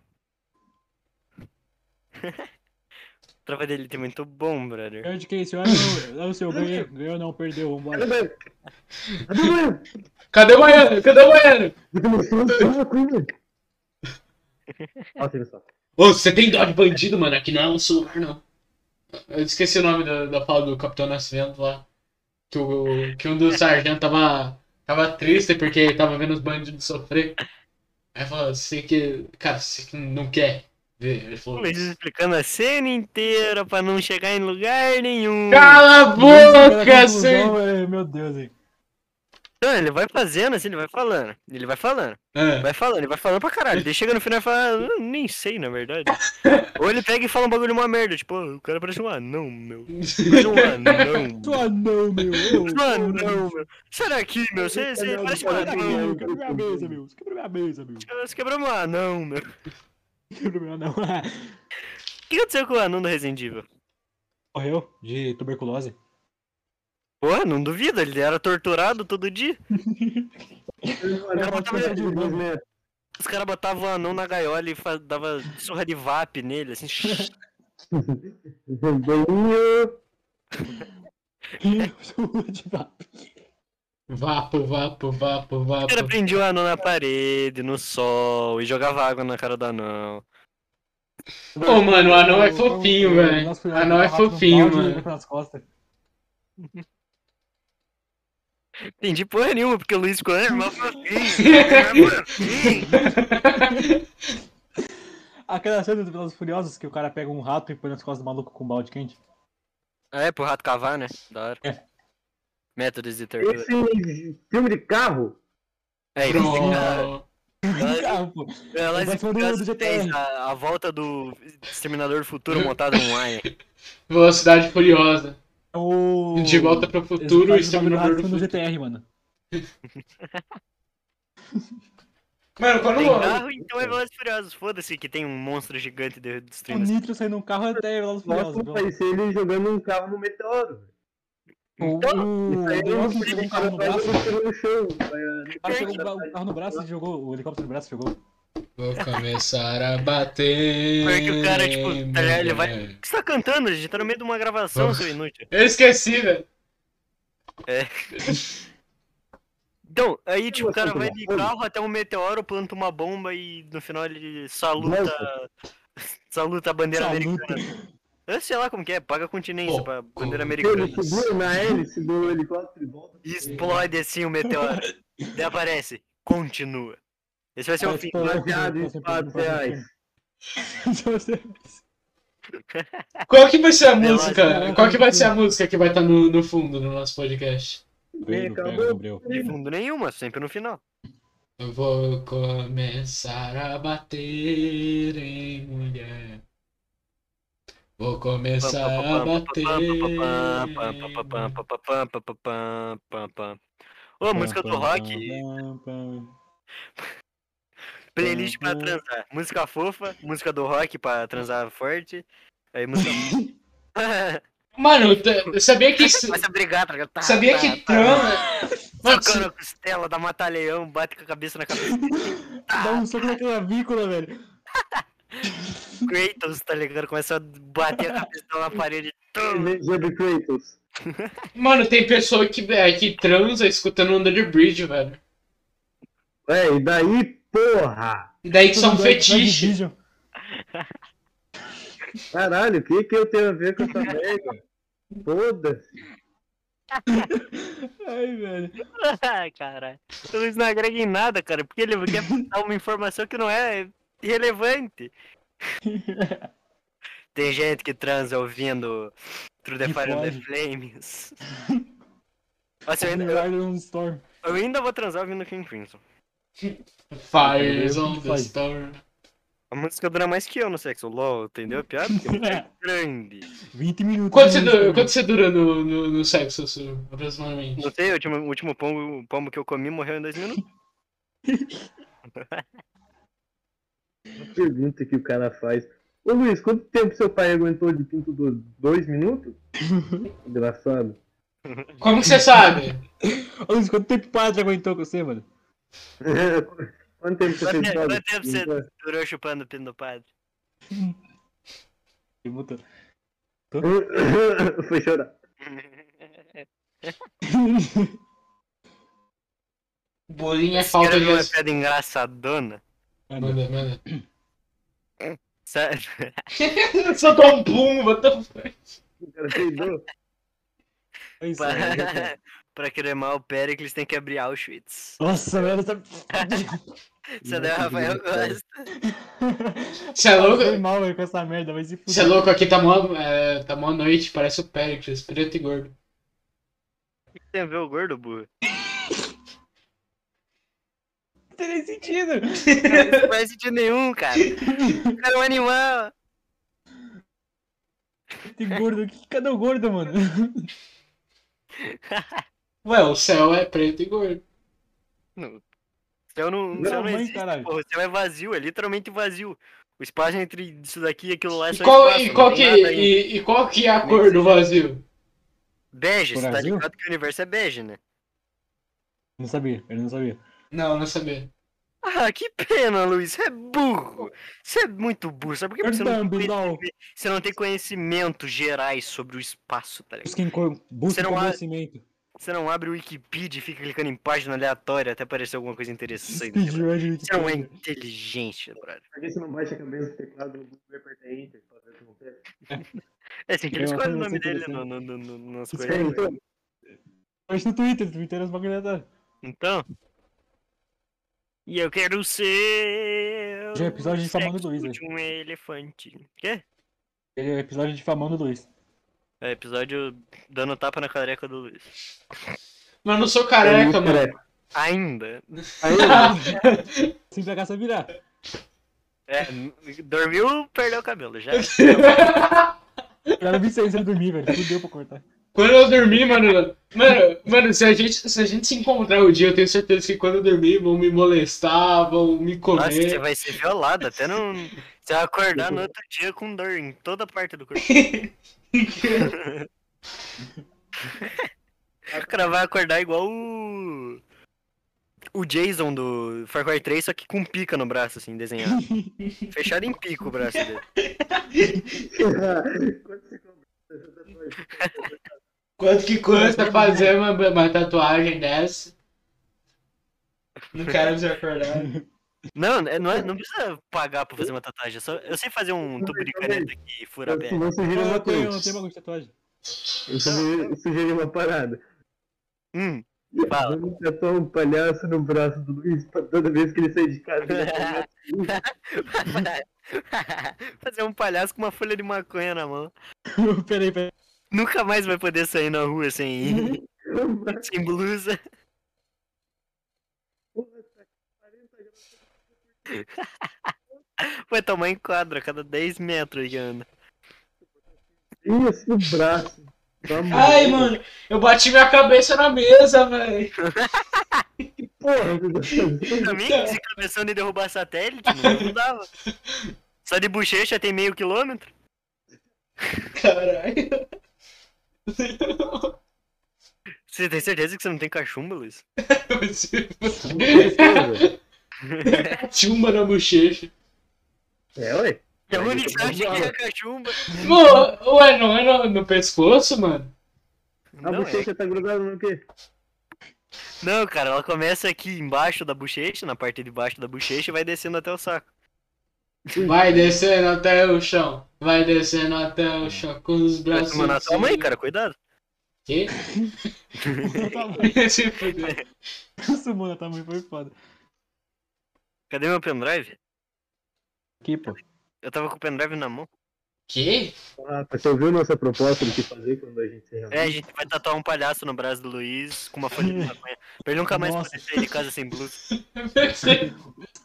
Speaker 2: Trava dele tem muito bom, brother.
Speaker 5: Eu indiquei é esse, eu não, não sei, eu ganhei, ganhou, não perdeu,
Speaker 6: Tá
Speaker 5: vambora.
Speaker 6: vendo? Tá vendo?
Speaker 1: Cadê o Baiano? Cadê o Baiano?
Speaker 6: Você começou a ser uma coisa. Ó, tira só.
Speaker 1: Ô, você tem dó de bandido, mano? Aqui não é um celular, não. Eu esqueci o nome da, da fala do Capitão Nascimento lá. Que, o- que um dos sargentos tava, tava triste porque tava vendo os bandidos sofrer. Aí falou, sei que. Cara, você que não quer ver. Ele falou.
Speaker 2: Luiz explicando a cena inteira pra não chegar em lugar nenhum.
Speaker 1: Cala a boca,
Speaker 5: Esse cara da
Speaker 1: você!
Speaker 5: conclusão, é, Meu Deus, hein.
Speaker 2: Então, ele vai fazendo assim, ele vai falando. Ele vai falando.
Speaker 1: Ah,
Speaker 2: Vai falando, ele vai falando pra caralho. Ele chega no final e fala, "Ah, eu nem sei, na verdade. Ou ele pega e fala um bagulho uma merda, tipo, "Ah, o cara parece um anão, meu.
Speaker 1: É.
Speaker 2: Parece um anão.
Speaker 5: Tu é anão, meu.
Speaker 2: Um anão, meu. Será que, meu? Você você parece um
Speaker 5: Olha aqui, meu,
Speaker 2: anão.
Speaker 5: quebrou minha mesa, meu. Quebrou minha mesa, meu.
Speaker 2: Você quebrou um anão, meu. O
Speaker 5: Quebrou meu anão.
Speaker 2: que aconteceu com o anão do Resident Evil?
Speaker 5: Morreu de tuberculose.
Speaker 2: Porra, não duvido, ele era torturado todo dia.
Speaker 6: Olha,
Speaker 2: botar
Speaker 6: olha,
Speaker 2: de
Speaker 6: olha, olha, olha.
Speaker 2: Os caras botavam o anão na gaiola e fa- dava surra de vap nele, assim.
Speaker 6: Banho.
Speaker 1: vapo, vapo, vapo,
Speaker 2: O
Speaker 1: vapo.
Speaker 2: cara prendia o anão na parede, no sol, e jogava água na cara do anão.
Speaker 1: Ô, mano, o anão é fofinho, velho. O anão é fofinho, mano.
Speaker 2: Entendi porra nenhuma, porque o Luiz ficou, é, mas fofinho, é, mas fofinho."
Speaker 5: Aquela cena dos Velozes e Furiosos que o cara pega um rato e põe nas costas do maluco com um balde quente.
Speaker 2: Ah, é, pro rato cavar, né? Da hora.
Speaker 5: É.
Speaker 2: Métodos de tortura.
Speaker 6: Esse filme de carro.
Speaker 2: É, isso. cara.
Speaker 1: Pronto.
Speaker 5: Ah, pô.
Speaker 2: Ela
Speaker 5: Vai fazer do GTR.
Speaker 2: a, a volta do Exterminador do Futuro montado online.
Speaker 1: Velocidade Furiosa.
Speaker 5: O...
Speaker 1: De volta pro futuro e
Speaker 5: Esse cara do
Speaker 1: Exterminador
Speaker 5: rato
Speaker 1: do
Speaker 5: foi no
Speaker 1: futuro.
Speaker 5: GTR, mano.
Speaker 1: Mano, quando.
Speaker 2: Tem carro, então é Velozes e Furiosos. Foda-se que tem um monstro gigante de-
Speaker 5: O
Speaker 2: destruindo.
Speaker 5: Nitro saindo num carro até Velozes e
Speaker 6: Nossa,
Speaker 5: Furiosos.
Speaker 6: parecia ele jogando um carro no meteoro.
Speaker 5: O, o, o
Speaker 6: Isso aí é um
Speaker 5: helicóptero
Speaker 6: filho
Speaker 5: pegou
Speaker 6: que
Speaker 5: um carro no
Speaker 6: vai
Speaker 5: braço.
Speaker 6: bater no chão. né?
Speaker 5: O cara pegou um ba- um carro no braço e jogou. O helicóptero no braço e jogou.
Speaker 1: Vou começar a bater.
Speaker 2: Pior que o cara, tipo, tá ligado? Ele vai.
Speaker 1: mulher.
Speaker 2: O que você tá cantando? A gente tá no meio de uma gravação,
Speaker 1: Vamos.
Speaker 2: seu inútil.
Speaker 1: Eu esqueci, velho.
Speaker 2: Então, aí, tipo, o cara vai de
Speaker 6: Nossa,
Speaker 2: carro até um meteoro, planta uma bomba e no final ele saluta.
Speaker 6: Nossa.
Speaker 2: Saluta a bandeira
Speaker 5: Saluta.
Speaker 2: americana. Eu sei lá como que é, paga continência
Speaker 1: Pô,
Speaker 2: pra
Speaker 1: pô.
Speaker 2: bandeira
Speaker 6: Ele
Speaker 2: americana.
Speaker 6: subiu na hélice do helicóptero e volta.
Speaker 2: E explode assim o meteoro. Daí aparece, continua. Esse vai ser o fim.
Speaker 5: Parece que-
Speaker 6: Baseado em fatos reais.
Speaker 1: Qual que vai ser a
Speaker 2: Sei lá,
Speaker 1: música?
Speaker 5: cara.
Speaker 1: Qual que vai ser a música que vai estar no, no fundo do nosso podcast?
Speaker 5: Breu, Breu, Breu.
Speaker 2: De fundo nenhuma, sempre no final.
Speaker 1: Eu vou começar a bater em mulher. Vou começar a bater. em mulher.
Speaker 2: Ô, música do rock, playlist pra transar. Música fofa, música do rock pra transar forte. Aí música.
Speaker 1: Mano, t- sabia que. isso-
Speaker 2: Vai se brigar, tá ligado? Tá,
Speaker 1: Sabia
Speaker 2: tá,
Speaker 1: que
Speaker 2: tá.
Speaker 1: trama. é Mano,
Speaker 2: Socando a costela, dá mata leão, bate com a cabeça na cabeça.
Speaker 5: Dá um soco na clavícula, velho.
Speaker 2: Kratos, tá ligado? Começa a bater a cabeça na parede. Tum.
Speaker 6: Veja do Kratos.
Speaker 1: Mano, tem pessoa que, é, que transa escutando Under the Bridge, velho.
Speaker 6: É, e daí, porra!
Speaker 1: E daí que são
Speaker 5: Tudo bem, Joy
Speaker 1: fetiche.
Speaker 5: Division.
Speaker 6: Caralho, o que que eu tenho a ver com essa merda? Foda-se.
Speaker 5: Ai, velho.
Speaker 2: Ah, Caralho. Então isso não agrega em nada, cara. Porque ele quer dar uma informação que não é relevante. Tem gente que transa ouvindo True the
Speaker 5: Que
Speaker 2: Fire and the
Speaker 5: foge.
Speaker 2: Flames. Nossa, eu ainda,
Speaker 5: Leonardo on Storm.
Speaker 2: eu ainda vou transar ouvindo King Crimson.
Speaker 1: Fires on
Speaker 5: Pink
Speaker 1: the
Speaker 5: Floyd.
Speaker 1: storm.
Speaker 2: A música dura mais que eu no sexo. LOL, entendeu? A piada Porque a música é grande.
Speaker 5: 20 minutos.
Speaker 1: Quanto você
Speaker 5: de
Speaker 1: dura,
Speaker 5: Storm.
Speaker 1: quanto você dura no, no, no sexo, Su, aproximadamente?
Speaker 2: Não sei, o último, o último pombo, pombo que eu comi morreu em dois minutos.
Speaker 6: Pergunta que o cara faz. Ô Luiz, quanto tempo seu pai aguentou de pinto do... dois minutos? Engraçado.
Speaker 1: Como que você sabe?
Speaker 5: Ô, Luiz, quanto tempo o padre aguentou com você, mano?
Speaker 6: quanto tempo você
Speaker 2: Quanto
Speaker 6: fez
Speaker 2: tempo-
Speaker 6: padre?
Speaker 2: quanto tempo você durou chupando o pino do padre?
Speaker 5: Pergunta.
Speaker 6: Foi chorar.
Speaker 1: Bullying é falta
Speaker 2: Quero
Speaker 1: de.
Speaker 2: ver uma piada engraçadona.
Speaker 5: Ah, não.
Speaker 1: Manda, manda.
Speaker 2: Sabe?
Speaker 1: Só dá um boom, what the fuck?
Speaker 6: O cara peidou.
Speaker 5: É isso, velho.
Speaker 2: Pra, pra cremar o Pericles tem que abrir Auschwitz.
Speaker 5: Nossa, velho, essa...
Speaker 2: Você daí o Rafael gosta.
Speaker 1: Você é
Speaker 5: Foi
Speaker 1: louco?
Speaker 5: mal, velho, com essa merda, vai se fuder.
Speaker 1: Você é louco, aqui tá mó, é, tá mó noite, parece o Pericles, preto e gordo.
Speaker 2: Tem a ver o gordo, burro.
Speaker 5: Não tem nem sentido.
Speaker 2: Não faz sentido nenhum, cara. O cara é um animal.
Speaker 5: Tem gordo aqui. Cadê o gordo, mano?
Speaker 1: Ué, o céu é preto e gordo.
Speaker 2: O céu não, o
Speaker 5: Não,
Speaker 2: céu não
Speaker 5: mãe,
Speaker 2: existe,
Speaker 5: caralho.
Speaker 2: é um porra. O céu é vazio, é literalmente vazio. O espaço entre isso daqui e aquilo lá é
Speaker 1: E
Speaker 2: só
Speaker 1: qual,
Speaker 2: espaço,
Speaker 1: e
Speaker 2: não
Speaker 1: qual
Speaker 2: tem
Speaker 1: que,
Speaker 2: nada aí.
Speaker 1: e, e qual que é a cor do vazio?
Speaker 2: Bege, você tá
Speaker 5: Brasil?
Speaker 2: ligado que o universo é bege, né?
Speaker 5: Não sabia, ele não sabia.
Speaker 1: Não, não sabia.
Speaker 2: Ah, que pena, Luiz. Você é burro. Você é muito burro. Sabe por que você não,
Speaker 5: Perdão,
Speaker 2: tem
Speaker 5: Bilal.
Speaker 2: conhecimento- você não tem conhecimentos gerais sobre o espaço, tá ligado?
Speaker 5: Busquem co-
Speaker 2: Você
Speaker 5: busquem
Speaker 2: não acha-
Speaker 5: conhecimento.
Speaker 2: Você não abre o Wikipedia e fica clicando em página aleatória até aparecer alguma coisa interessante.
Speaker 5: Speed
Speaker 2: brother.
Speaker 5: Rush
Speaker 2: Você não é
Speaker 5: Wikipedia.
Speaker 2: inteligente, brother.
Speaker 6: Por que você não baixa a cabeça do teclado do apertar Enter pra ver o que acontece?
Speaker 2: É assim que ele
Speaker 5: É uma
Speaker 2: escolhe o
Speaker 5: coisa
Speaker 2: nome dele no,
Speaker 5: interessante.
Speaker 2: no, no, no, nas
Speaker 5: Isso é
Speaker 2: coisas. né?
Speaker 5: aí. Mas no Twitter, no Twitter é as bagulho da...
Speaker 2: Então. E eu quero ser.
Speaker 5: Já é episódio de
Speaker 2: o
Speaker 5: Famando
Speaker 2: sexo
Speaker 5: Luiz, né?
Speaker 2: De um elefante. Quê?
Speaker 5: Ele é episódio de Famão do Luiz.
Speaker 2: É episódio dando tapa na careca do Luiz.
Speaker 1: Mano, eu não sou careca,
Speaker 6: Muito
Speaker 1: mano.
Speaker 6: careca.
Speaker 2: Ainda.
Speaker 5: Se pegar, né? você virar.
Speaker 2: É, dormiu, perdeu o cabelo. Já.
Speaker 5: Eu era 26 sem dormir, velho. Fudeu pra cortar.
Speaker 1: Quando eu dormir, mano. Mano, mano, se a gente se, a gente se encontrar um dia, eu tenho certeza que quando eu dormir vão me molestar, vão me
Speaker 2: Nossa, você
Speaker 1: comer.
Speaker 2: vai ser violado até não. Você vai acordar no outro dia com dor em toda parte do corpo. O cara vai acordar igual o. O Jason do Far Cry 3, só que com pica no braço, assim, desenhado. Fechado em pico o braço dele.
Speaker 1: Quanto que custa fazer uma, uma tatuagem dessa? Não quero me acordar. né?
Speaker 2: Não, é- não, é- não precisa pagar pra fazer uma tatuagem. é só- eu sei fazer um tubo de caneta aqui e furar a
Speaker 6: Eu
Speaker 2: pele.
Speaker 6: não sugeri
Speaker 5: Eu
Speaker 6: uma
Speaker 5: não tenho, eu
Speaker 6: coisa.
Speaker 5: não tenho um, bagulho de tatuagem.
Speaker 6: Eu sugeri- eu sugeri uma parada.
Speaker 2: Hum, fala.
Speaker 6: Vamos tatuar um palhaço no braço do Luiz pra toda vez que ele sair de casa. ele aparece.
Speaker 2: fazer um palhaço com uma folha de maconha na mão.
Speaker 5: peraí, peraí.
Speaker 2: Nunca mais vai poder sair na rua sem,
Speaker 6: um
Speaker 2: sem blusa. Vai tomar enquadro a cada 10 metros aí que anda.
Speaker 6: Ih, assim o braço. Tá mal.
Speaker 1: Ai, mano, eu bati minha cabeça na mesa, velho.
Speaker 6: Porra, assim, meu Deus.
Speaker 2: Também, se começando a derrubar satélite, mano, não dava. Só de bochecha tem meio quilômetro?
Speaker 1: Caralho.
Speaker 2: Você tem certeza que você não tem cachumba, Luiz?
Speaker 6: assim,
Speaker 1: Chumba na bochecha.
Speaker 6: É, ué.
Speaker 2: É onde que você acha que é a cachumba?
Speaker 1: Mano, ué, não é no, no pescoço, mano?
Speaker 6: A
Speaker 2: Não, é.
Speaker 6: bochecha tá grudada no quê?
Speaker 2: não, cara, ela começa aqui embaixo da bochecha, na parte de baixo da bochecha, e vai descendo até o saco.
Speaker 1: Vai descendo até o chão. Vai descendo até o chão. Com os
Speaker 2: Vai
Speaker 1: braços.
Speaker 2: tomar na tua mãe, cara, cuidado.
Speaker 1: Que? Se fuder.
Speaker 5: Isso, mano, tá muito foi foda.
Speaker 2: Cadê meu pendrive?
Speaker 5: Aqui, pô.
Speaker 2: Eu tava com o pendrive na mão.
Speaker 1: Que?
Speaker 6: Ah, você ouviu nossa proposta do que fazer quando a gente se reúne?
Speaker 2: É, a gente vai tatuar um palhaço no braço do Luiz com uma folha de maconha. Pra ele nunca mais
Speaker 5: Nossa.
Speaker 2: poder sair de casa sem blusa.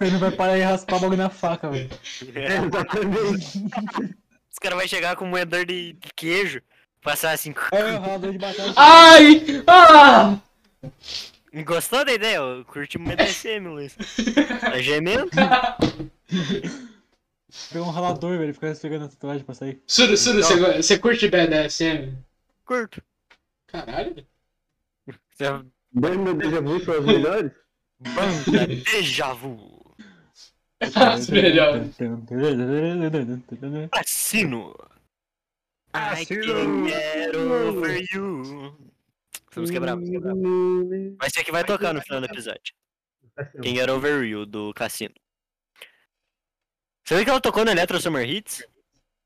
Speaker 5: Ele não vai parar de raspar o bagulho na faca, velho.
Speaker 6: Exatamente.
Speaker 2: Os caras vão chegar com um moedor de de queijo, passar assim.
Speaker 5: É o ralador de batata.
Speaker 1: Ai! Ah!
Speaker 2: Gostou da ideia? Eu curti muito DSM, Luiz. Tá gemendo?
Speaker 5: Pegou um ralador, velho. Fica esfregando a tatuagem pra sair.
Speaker 1: Suru, Suru, você go- você curte BDSM?
Speaker 2: Curto. é
Speaker 1: Caralho.
Speaker 2: Bam,
Speaker 6: Lembra do déjà vu são as melhores?
Speaker 2: da né? déjà vu.
Speaker 1: As melhores.
Speaker 2: Assino. I
Speaker 6: Assino.
Speaker 2: can get over you. é Vamos quebrar, vamos quebrar. Vai ser que vai tocar no final do episódio. Can Get Over You, do Cassino. Você viu que ela tocou no Electro Summer Hits?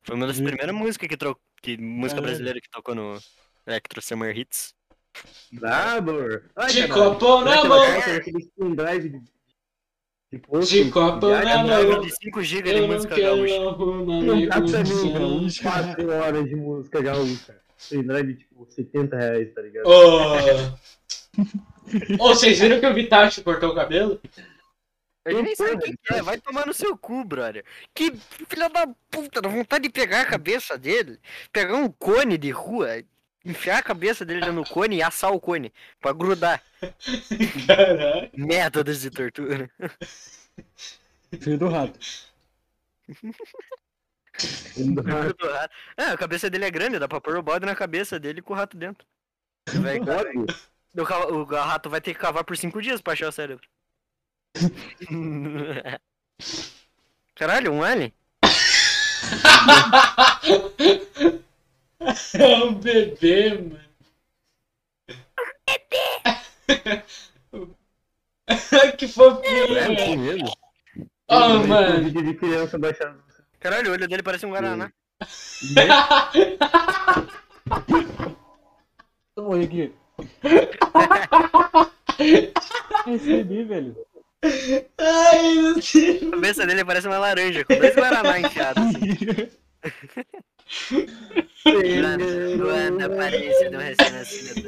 Speaker 2: Foi uma das
Speaker 5: Vi.
Speaker 2: primeiras músicas que trocou. Que música
Speaker 5: Caralho.
Speaker 2: brasileira que tocou no Electro Summer Hits.
Speaker 6: Brabo! Ai,
Speaker 1: De
Speaker 6: caralho.
Speaker 1: copo
Speaker 6: Será
Speaker 1: na
Speaker 6: que ela
Speaker 1: mão.
Speaker 6: coloca naquele pendrive de- de posto?
Speaker 1: De copo
Speaker 6: Ai,
Speaker 1: na
Speaker 2: Ela
Speaker 1: mão.
Speaker 2: de 5GB de
Speaker 1: Eu não
Speaker 2: música
Speaker 1: quero
Speaker 2: gaúcha.
Speaker 1: arrumar
Speaker 6: Não dá pra mim,
Speaker 1: confusão.
Speaker 6: mano. 4 horas de música gaúcha. Pendrive, tipo, 70 reais, tá ligado?
Speaker 1: Ô, Ô, vocês viram que o Vitachi cortou o cabelo?
Speaker 2: Eu nem sei quem que é, vai tomar no seu cu, brother. Que filha da puta, dá vontade de pegar a cabeça dele, pegar um cone de rua, enfiar a cabeça dele dentro do cone e assar o cone, pra grudar.
Speaker 1: Caralho.
Speaker 2: Métodos de tortura.
Speaker 5: Filho do rato.
Speaker 2: Ah, a cabeça dele é grande, dá pra pôr o bode na cabeça dele com o rato dentro. Ele vai-
Speaker 6: Óbvio.
Speaker 2: o, ca- o rato vai ter que cavar por cinco dias pra achar o cérebro. Caralho, um alien?
Speaker 1: É um bebê, mano. Bebê! que fofinho,
Speaker 6: É,
Speaker 1: velho.
Speaker 2: É, mesmo?
Speaker 1: Oh,
Speaker 6: Mas
Speaker 1: mano.
Speaker 6: um vídeo de criança baixando.
Speaker 2: Caralho, o olho dele parece um guaraná.
Speaker 5: Então, olha aqui. Recebi, velho.
Speaker 1: Ai, meu Deus.
Speaker 2: A cabeça dele parece uma laranja, com dois guaraná enfiados. assim. Quando aparece no recém-nascido.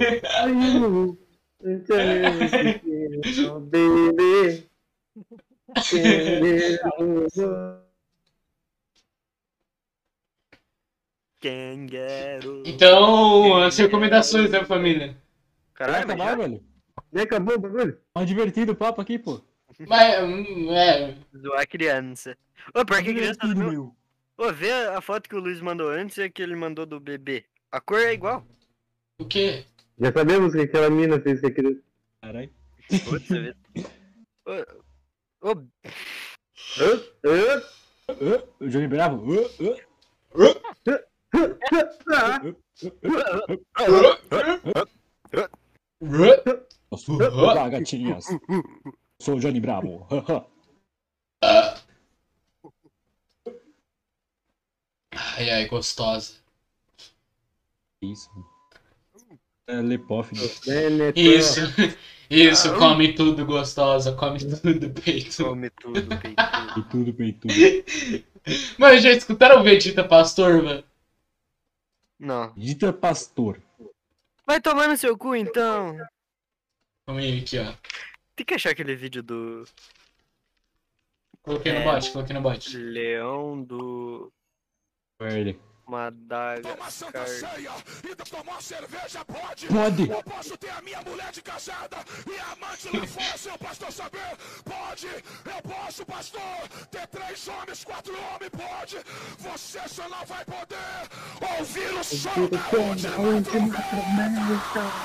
Speaker 6: Bebê.
Speaker 2: Kangaroo.
Speaker 1: Então, as recomendações da família.
Speaker 5: Vai
Speaker 2: Caralho, mas
Speaker 5: acabar,
Speaker 2: já
Speaker 5: velho.
Speaker 6: Já acabou o bagulho?
Speaker 5: Tá divertido o papo aqui, pô.
Speaker 1: Mas, hum, é,
Speaker 2: zoar a criança. Ô, pior Hum, que tá criança
Speaker 5: Divertido,
Speaker 2: também.
Speaker 5: meu.
Speaker 2: Ô, vê a foto que o Luiz mandou antes e a que ele mandou do bebê. A cor é igual.
Speaker 1: o que?
Speaker 6: Já sabemos o que aquela mina fez com aquele.
Speaker 5: Caralho.
Speaker 2: Putz, é mesmo. Ô, ô,
Speaker 6: Hã? Hã?
Speaker 5: Ah, O Johnny Bravo. ah,
Speaker 6: Ah,
Speaker 5: ah, ah, ah. Eu sou- Olá, gatinhas. Sou o Johnny Bravo.
Speaker 1: Ai, ai, gostosa.
Speaker 5: Isso. É lepófilo.
Speaker 2: é
Speaker 6: Benetão.
Speaker 1: Isso, isso, come tudo gostosa, come tudo peito.
Speaker 2: Come tudo, peito.
Speaker 5: E tudo peitudo.
Speaker 1: Mano, já escutaram o Vegeta Pastor, mano?
Speaker 2: Não.
Speaker 5: Dita pastor.
Speaker 2: Vai tomar no seu cu então.
Speaker 1: Calma aí, aqui, ó.
Speaker 2: Tem que achar aquele vídeo do É.
Speaker 1: Coloquei no bot, coloquei no bot.
Speaker 2: leão do
Speaker 5: Ele.
Speaker 2: Madagascar.
Speaker 5: Pode!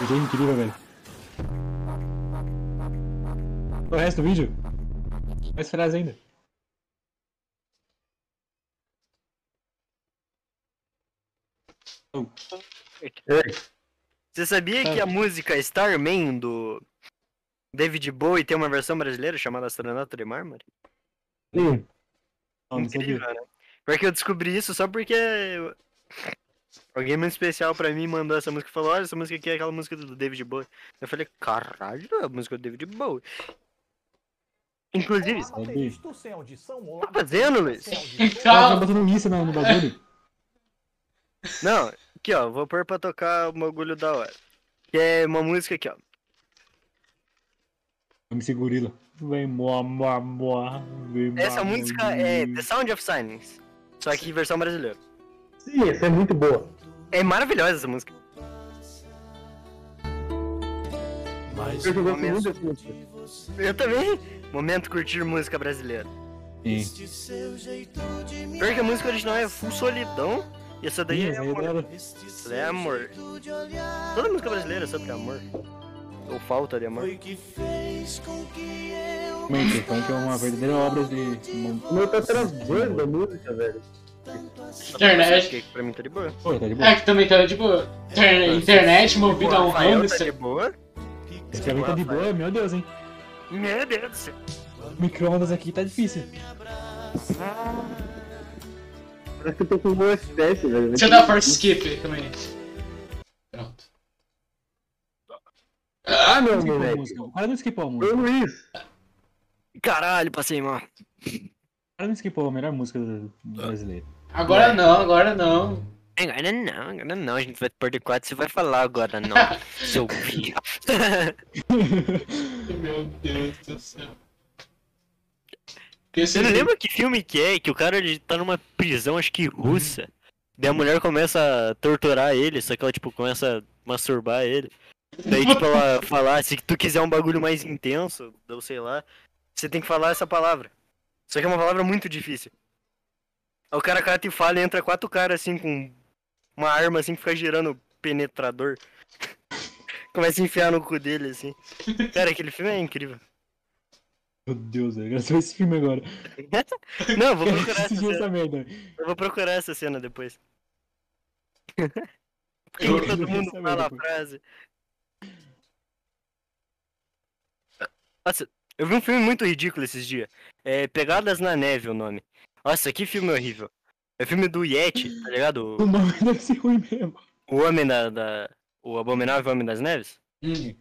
Speaker 5: Vídeo é incrível, velho. é O resto do vídeo? Mais frase ainda.
Speaker 2: Você sabia que a música Starman do David Bowie tem uma versão brasileira chamada Astronauta de Mármore?
Speaker 6: Sim.
Speaker 5: Não, não sabia.
Speaker 2: Incrível, né? Porque eu descobri isso só porque eu- alguém muito especial pra mim mandou essa música e falou: Olha, essa música aqui é aquela música do David Bowie. Eu falei: Caralho, é a música do David Bowie. Inclusive,
Speaker 5: Olá, Matheus,
Speaker 4: tá
Speaker 2: fazendo, Luiz?
Speaker 5: Ah, tá
Speaker 1: Calma,
Speaker 5: botando isso no, no bagulho?
Speaker 2: Não, aqui ó, vou pôr pra tocar um bagulho da hora. Que é uma música aqui ó.
Speaker 5: MC Gorila. Vem, moa, moa, moa. vem,
Speaker 2: Essa
Speaker 5: moa,
Speaker 2: música
Speaker 5: moa.
Speaker 2: é The Sound of Silence, só que versão brasileira.
Speaker 6: Sim, essa é muito boa.
Speaker 2: É maravilhosa essa música.
Speaker 4: Mas
Speaker 6: Eu gosto
Speaker 2: Começo.
Speaker 6: muito assim. dessa música.
Speaker 2: Eu também. Momento curtir música brasileira.
Speaker 5: Sim.
Speaker 2: Pior que a música original é Full Solidão. E essa daí
Speaker 5: Sim,
Speaker 2: é
Speaker 5: essa aí é da
Speaker 2: amor.
Speaker 5: hora.
Speaker 2: Essa daí É amor. Toda música brasileira é sobre amor. Ou falta de amor.
Speaker 5: Realmente, o funk é uma verdadeira obra de.
Speaker 6: O meu tá travando a música, velho.
Speaker 1: internet.
Speaker 2: Que pra mim tá de boa.
Speaker 5: Pô, tá de boa.
Speaker 1: É que também tá, tipo, inter- internet movida a um
Speaker 2: Rafael
Speaker 1: ramo.
Speaker 2: tá de boa.
Speaker 5: Esse pra mim tá de boa, meu Deus, hein?
Speaker 2: Meu Deus do céu.
Speaker 5: Micro-ondas aqui tá difícil.
Speaker 6: Parece que eu tô com um bom FPS, velho.
Speaker 1: Deixa eu dar force skip também. Pronto.
Speaker 6: Ah, meu
Speaker 5: Skipou a
Speaker 6: moleque.
Speaker 5: música. O cara não skipou a
Speaker 6: Ô,
Speaker 5: música.
Speaker 6: Luiz.
Speaker 2: Caralho, passei mal.
Speaker 5: O cara não skipou a melhor música do- do brasileiro.
Speaker 1: Agora não, agora não.
Speaker 2: Agora não, agora não. A gente vai perder quatro, você vai falar agora não. Seu filho.
Speaker 1: Meu Deus do céu. Porque
Speaker 2: Você
Speaker 1: Uhum.
Speaker 2: não lembra que filme que é? Que o cara ele tá numa prisão, acho que russa. Daí a mulher começa a torturar ele, só que ela, tipo, começa a masturbar ele. Daí, tipo, ela fala, se tu quiser um bagulho mais intenso, ou sei lá, você tem que falar essa palavra. Só que é uma palavra muito difícil. Aí o cara cata e fala e entra quatro caras assim com uma arma assim que fica girando penetrador. Começa a enfiar no cu dele, assim. Cara, aquele filme é incrível.
Speaker 5: Meu Deus, velho. Eu quero ver esse filme agora.
Speaker 2: Não, eu vou
Speaker 5: Eu
Speaker 2: procurar essa
Speaker 5: assisti
Speaker 2: cena.
Speaker 5: essa merda.
Speaker 2: Eu vou procurar essa cena depois. Por que
Speaker 1: Eu-
Speaker 2: que todo
Speaker 5: eu
Speaker 2: mundo
Speaker 5: quero saber
Speaker 2: fala a
Speaker 5: depois.
Speaker 2: frase? Nossa, eu vi um filme muito ridículo esses dias. É Pegadas na Neve o nome. Nossa, que filme horrível. É filme do Yeti, tá ligado?
Speaker 5: O nome deve ser ruim mesmo.
Speaker 2: O, o Homem da, da- O Abominável Homem das Neves.
Speaker 1: Hum,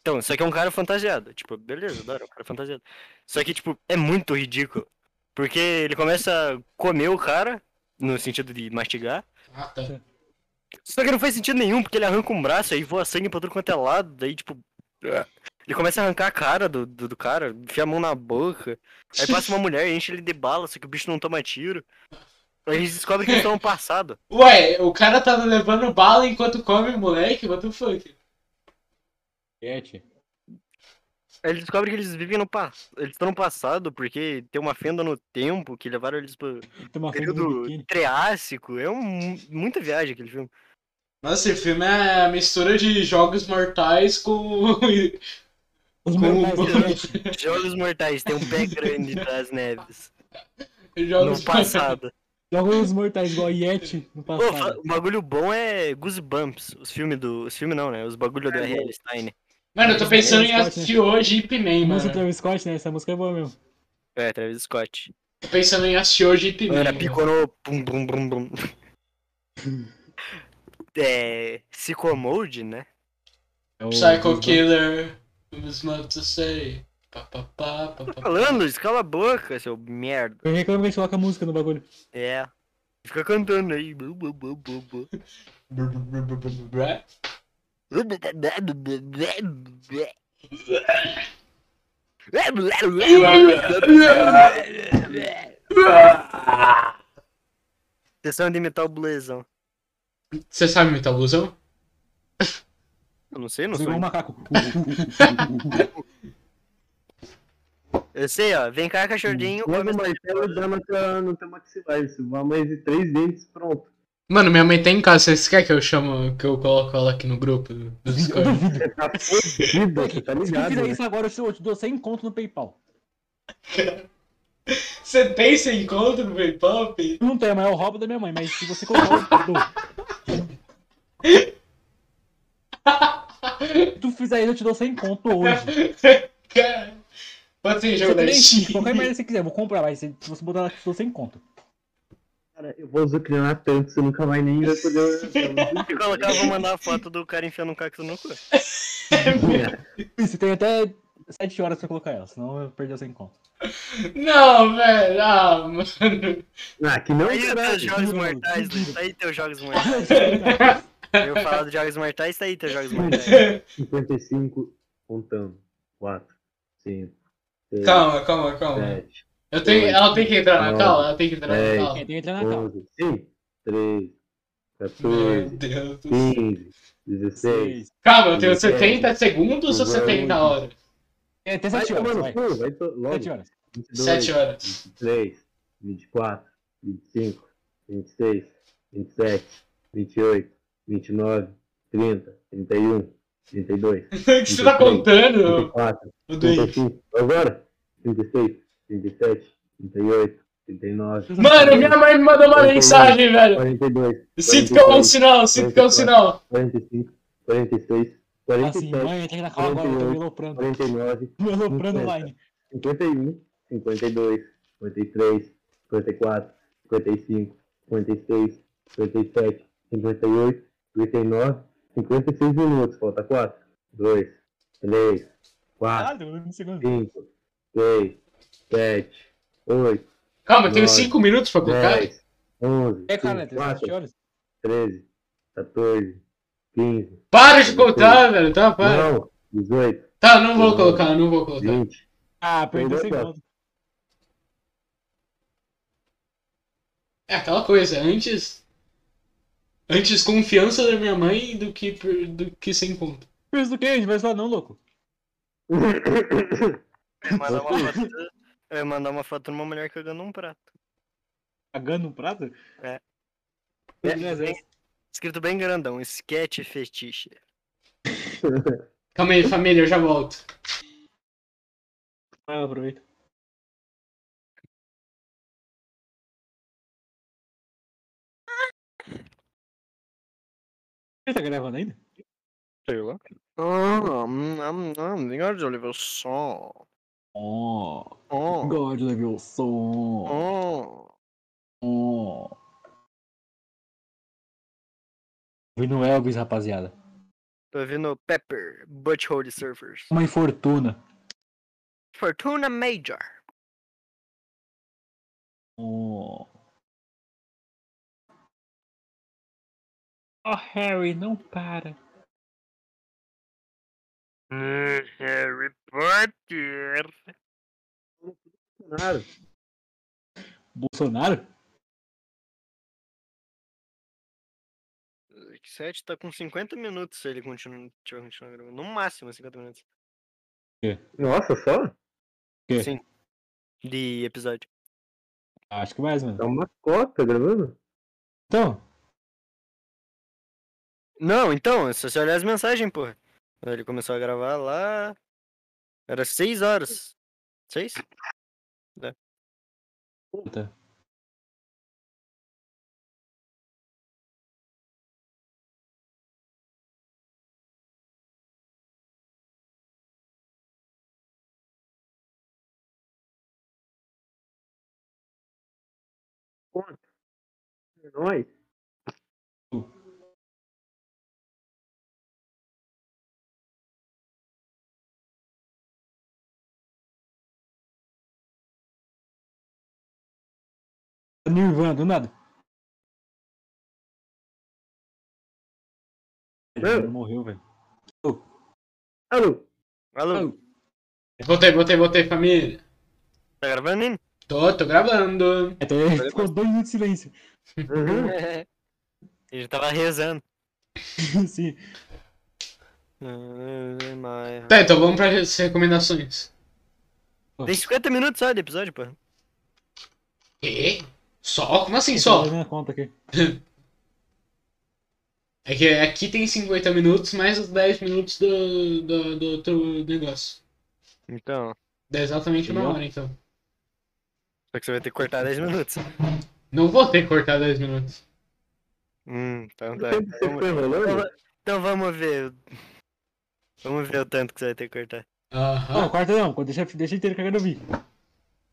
Speaker 2: Então, só que é um cara fantasiado. Tipo, beleza, adoro, um cara fantasiado. Só que, tipo, é muito ridículo. Porque ele começa a comer o cara, no sentido de mastigar.
Speaker 1: ah, tá.
Speaker 2: Só que não faz sentido nenhum, porque ele arranca um braço, aí voa sangue pra tudo quanto é lado, daí tipo. Ele começa a arrancar a cara do, do, do cara, enfia a mão na boca. Aí passa uma mulher, enche ele de bala, só que o bicho não toma tiro. Aí eles descobrem que eles estão no passado.
Speaker 1: Ué, o cara tá levando bala enquanto come, moleque? What the fuck?
Speaker 5: Cat.
Speaker 2: Aí eles descobrem que eles vivem no passado. Eles estão no passado porque tem uma fenda no tempo que levaram eles pro
Speaker 5: Tem uma foto do
Speaker 2: período
Speaker 5: biquíni.
Speaker 2: Triássico. É um, muita viagem aquele filme.
Speaker 1: Nossa, esse filme é a mistura de jogos mortais com.
Speaker 5: Os
Speaker 1: Como-
Speaker 5: mortais da noite.
Speaker 2: Jogos Mortais tem um pé grande das neves.
Speaker 1: jogos
Speaker 2: No passado.
Speaker 5: Jogam os mortais igual Yeti no
Speaker 2: Pô, fa-
Speaker 5: passado.
Speaker 2: o bagulho bom é Goosebumps. Os filmes do. Os filmes não, né? Os bagulho do R.L. Stein.
Speaker 1: Mano, eu tô pensando em assistir hoje Ip Man,
Speaker 5: Música do
Speaker 1: mano.
Speaker 5: Travis Scott, né? Essa música é boa mesmo.
Speaker 2: É, Travis Scott.
Speaker 1: Tô pensando em assistir hoje Ip Man.
Speaker 2: Era
Speaker 1: mano.
Speaker 2: picorou. Bum, bum, bum, bum. É. Psicomode, né?
Speaker 5: É o-
Speaker 1: Psycho Killer, was meant to say. Pá, pá, pá, pá,
Speaker 2: Tô
Speaker 1: pá.
Speaker 2: falando, Luiz, cala a boca, seu merda.
Speaker 5: Eu reclamo que a gente coloca música no bagulho.
Speaker 2: É. Fica cantando aí. Bu, bu, bu, bu, bu.
Speaker 1: Brr, brr, brr, brr, brr, brr.
Speaker 2: Sessão de metal blusão.
Speaker 1: Você sabe imitar o blusão?
Speaker 2: Eu não sei, não
Speaker 5: Você
Speaker 2: sou.
Speaker 5: igual um macaco.
Speaker 2: Eu sei, ó. Vem cá, cachorrinho.
Speaker 6: Leva
Speaker 2: come
Speaker 6: o
Speaker 2: essa-
Speaker 6: martelo e dá no teu, no teu maxilar. Isso, uma mais de três dentes, pronto.
Speaker 1: Mano, minha mãe tá em casa. Vocês querem que eu chamo, que eu coloco ela aqui no grupo do do Discord?
Speaker 6: Você tá fodido, você tá
Speaker 5: Se eu
Speaker 6: ligado,
Speaker 5: fizer
Speaker 6: né?
Speaker 5: isso agora, eu te- eu te dou 100 conto no PayPal.
Speaker 1: Você pensa em conta no PayPal, filho?
Speaker 5: Eu Não tem, mas é o roubo da minha mãe. Mas se você colocar o. do- Se tu fizer isso, eu te dou 100 conto hoje.
Speaker 1: Cara, pode ser
Speaker 5: Você
Speaker 1: jogo da
Speaker 5: também,
Speaker 1: Steam.
Speaker 5: qualquer merda que você quiser, eu vou comprar, mas se se você botar lá, eu te dou 100 conto.
Speaker 6: Cara, eu vou zucrinar tanto, você nunca mais nem vai poder.
Speaker 2: Se colocar, eu vou mandar a foto do cara enfiando um cacto no cu.
Speaker 5: E Você tem até 7 horas pra colocar ela, senão eu perdi os 100 conto.
Speaker 1: Não, velho. Ah, mano.
Speaker 6: Ah, que não,
Speaker 2: Aí os
Speaker 6: caralho.
Speaker 2: teus jogos
Speaker 5: juro,
Speaker 2: mortais,
Speaker 5: juro.
Speaker 2: Luiz. Tá aí teus jogos
Speaker 5: É,
Speaker 2: mortais. Eu falar dos jogos mortais, tá aí teus jogos mortais.
Speaker 6: 55, contando. 4, 5,
Speaker 1: Calma, calma, calma.
Speaker 6: 7,
Speaker 1: Eu tenho, ela tem que entrar na
Speaker 6: Não.
Speaker 1: cala, ela tem que entrar na
Speaker 6: É.
Speaker 1: cala.
Speaker 5: É, tem que entrar na calma.
Speaker 6: 11, 5, 3,
Speaker 1: Meu
Speaker 6: 14,
Speaker 1: Deus do céu.
Speaker 6: 15, 16.
Speaker 1: Calma, eu tenho 70 segundos ou 70 horas?
Speaker 5: É, até
Speaker 6: Vai
Speaker 5: 7
Speaker 6: tomar
Speaker 5: horas,
Speaker 6: no
Speaker 5: vai.
Speaker 6: cu, vai to- logo.
Speaker 5: 7 horas.
Speaker 6: 22,
Speaker 1: 7 horas.
Speaker 6: 23, 24, 25, 26, 27, 28, 29, 30, 31, 32,
Speaker 1: O que você tá contando,
Speaker 6: 34,
Speaker 1: ô Duende?
Speaker 6: 35. Agora? 36, 37, 38, 39.
Speaker 1: Mano, minha mãe me mandou uma mensagem, velho.
Speaker 6: 42,
Speaker 1: Sinto que é um sinal, sinto que é um sinal.
Speaker 6: 45, 46,
Speaker 5: Assim,
Speaker 6: 47,
Speaker 5: mãe, entra na calma agora, eu tô me aloprando.
Speaker 6: 49,
Speaker 5: Me aloprando online.
Speaker 6: 51, 52, 53, 54, 55, 56, 57, 58, 59, 56 minutos. Falta 4, 2, 3, 4,
Speaker 5: Caralho, um segundo.
Speaker 6: 5, 6, 7, 8,
Speaker 1: Calma, eu tenho 5 minutos pra colocar.
Speaker 6: 10, 11,
Speaker 5: É, cara, tem 7
Speaker 6: 4,
Speaker 5: horas.
Speaker 6: 13, 14, 15,
Speaker 1: Para de contar, velho. Tá, para.
Speaker 6: não, 18,
Speaker 1: Tá, não vou colocar, não vou colocar.
Speaker 6: 20.
Speaker 5: Ah, perdeu 100
Speaker 6: Entendeu,
Speaker 5: conto.
Speaker 1: É aquela coisa, antes. Antes confiança da minha mãe do que, por- do que sem conta.
Speaker 5: Pensa do que? A gente vai falar não, louco.
Speaker 2: Eu ia mandar uma foto. Eu ia mandar uma foto de uma mulher cagando um prato.
Speaker 5: Cagando um prato?
Speaker 2: É.
Speaker 5: É.
Speaker 2: Escrito bem grandão, sketch fetiche.
Speaker 1: Calma aí, família, eu já volto.
Speaker 5: Ah, aproveita. Você tá gravando ainda?
Speaker 2: Sei lá. Ah, hum, hum, hum, obrigado, Oliver. Só.
Speaker 5: Oh,
Speaker 2: Oh,
Speaker 5: God, level som.
Speaker 2: oh.
Speaker 5: Oh. Vindo Elvis, rapaziada.
Speaker 2: Tô vendo Pepper, Butthole Surfers.
Speaker 5: Uma infortuna.
Speaker 2: Fortuna Major.
Speaker 5: Oh. Oh, Harry, não para.
Speaker 2: Harry Potter.
Speaker 6: Claro.
Speaker 5: Bolsonaro?
Speaker 2: 7 tá com 50 minutos se ele tipo, continua, tiver continuar gravando. No máximo 50 minutos.
Speaker 6: Nossa, só?
Speaker 5: Quê?
Speaker 2: Sim. assim, De episódio.
Speaker 5: Acho
Speaker 6: Tá
Speaker 5: que mais, mano.
Speaker 6: Dá uma cota gravando?
Speaker 5: Então,
Speaker 2: Não, então, se você olhar as mensagens, porra. Quando Ele começou a gravar lá. Era seis horas. Seis?
Speaker 5: Puta.
Speaker 6: Nós.
Speaker 5: Tá Nirvana, do nada.
Speaker 6: Meu.
Speaker 5: Ele morreu, velho.
Speaker 6: Alô?
Speaker 2: Alô,
Speaker 1: Voltei, voltei, voltei, família.
Speaker 2: tá gravando, hein?
Speaker 1: Tô, tô gravando.
Speaker 5: Até ele É, ficou dois minutos de silêncio.
Speaker 6: Uhum.
Speaker 2: Ele tava rezando.
Speaker 5: Sim.
Speaker 1: Tá, então vamos para as recomendações.
Speaker 2: Tem 50 minutos só de episódio, pô.
Speaker 1: Quê? Só? Como assim
Speaker 5: Tô
Speaker 1: só?
Speaker 5: fazendo a conta aqui.
Speaker 1: É que aqui tem 50 minutos, mais os 10 minutos do, do, do outro negócio.
Speaker 2: Então.
Speaker 1: Dá exatamente uma
Speaker 5: Entendeu?
Speaker 1: hora, então.
Speaker 2: Só que você vai ter que cortar 10 minutos.
Speaker 1: Não vou ter que cortar 10 minutos.
Speaker 2: Hum, então tá.
Speaker 6: Sempre você ficou enrolando?
Speaker 2: Então vamos ver. Vamos ver o tanto que você vai ter que cortar.
Speaker 5: Não,
Speaker 1: Aham.
Speaker 5: quarta não. Deixa, deixa inteiro que eu quero ouvir.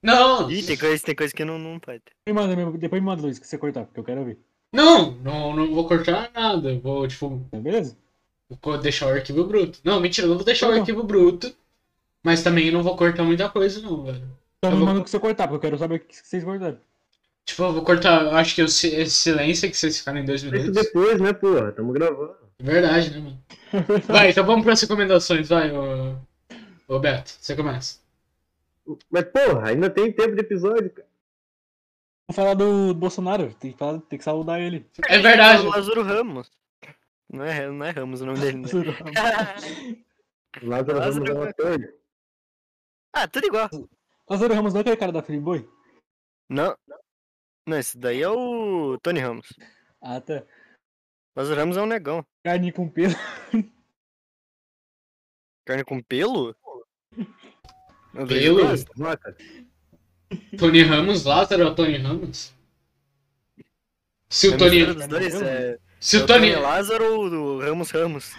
Speaker 1: Não!
Speaker 2: Ih, tem coisa, tem coisa que não, não pode.
Speaker 5: Me manda mesmo, Depois me manda, Luiz, que você cortar, porque eu quero ouvir.
Speaker 1: Não! Não, não vou cortar nada. Eu Vou, tipo,
Speaker 5: Então, beleza?
Speaker 1: vou deixar o arquivo bruto. Não, mentira, eu não vou deixar o
Speaker 5: Tá bom.
Speaker 1: arquivo bruto. Mas também eu não vou cortar muita coisa, não, velho. Eu
Speaker 5: Então me
Speaker 1: vou-
Speaker 5: manda o que você cortar, porque eu quero saber o que vocês cortaram.
Speaker 1: Tipo, eu vou cortar, eu acho que o si- esse silêncio que vocês ficaram em dois
Speaker 6: Isso
Speaker 1: minutos.
Speaker 6: depois, né, porra? Tamo gravando.
Speaker 1: É Verdade, né, mano? Vai, então vamos para as recomendações, vai, ô, ô Beto, você começa.
Speaker 6: Mas, porra, ainda tem tempo de episódio, cara.
Speaker 5: Vamos falar do Bolsonaro. Tem que, falar- tem que saudar ele.
Speaker 1: É verdade.
Speaker 2: O Lázaro Ramos. Não é, não é Ramos o nome dele, né?
Speaker 6: Lázaro
Speaker 2: Lázaro
Speaker 6: Ramos é um
Speaker 2: vai-
Speaker 6: ator.
Speaker 2: Ah, tudo igual.
Speaker 5: Lázaro Ramos não é aquele cara da Freeboy?
Speaker 2: Não. Não, esse daí é o Tony Ramos.
Speaker 5: Ah, tá.
Speaker 2: Lázaro Ramos é um negão.
Speaker 5: Carne com pelo.
Speaker 2: Carne com pelo? Não, daí
Speaker 1: Pelo?
Speaker 2: eu gosto.
Speaker 6: Nossa,
Speaker 1: Tony Ramos, Lázaro é o Tony Ramos? Se o
Speaker 2: É
Speaker 1: Tony.
Speaker 2: mistura dos dois, é-
Speaker 1: Se
Speaker 2: é
Speaker 1: o Tony.
Speaker 2: Lázaro ou do Ramos Ramos?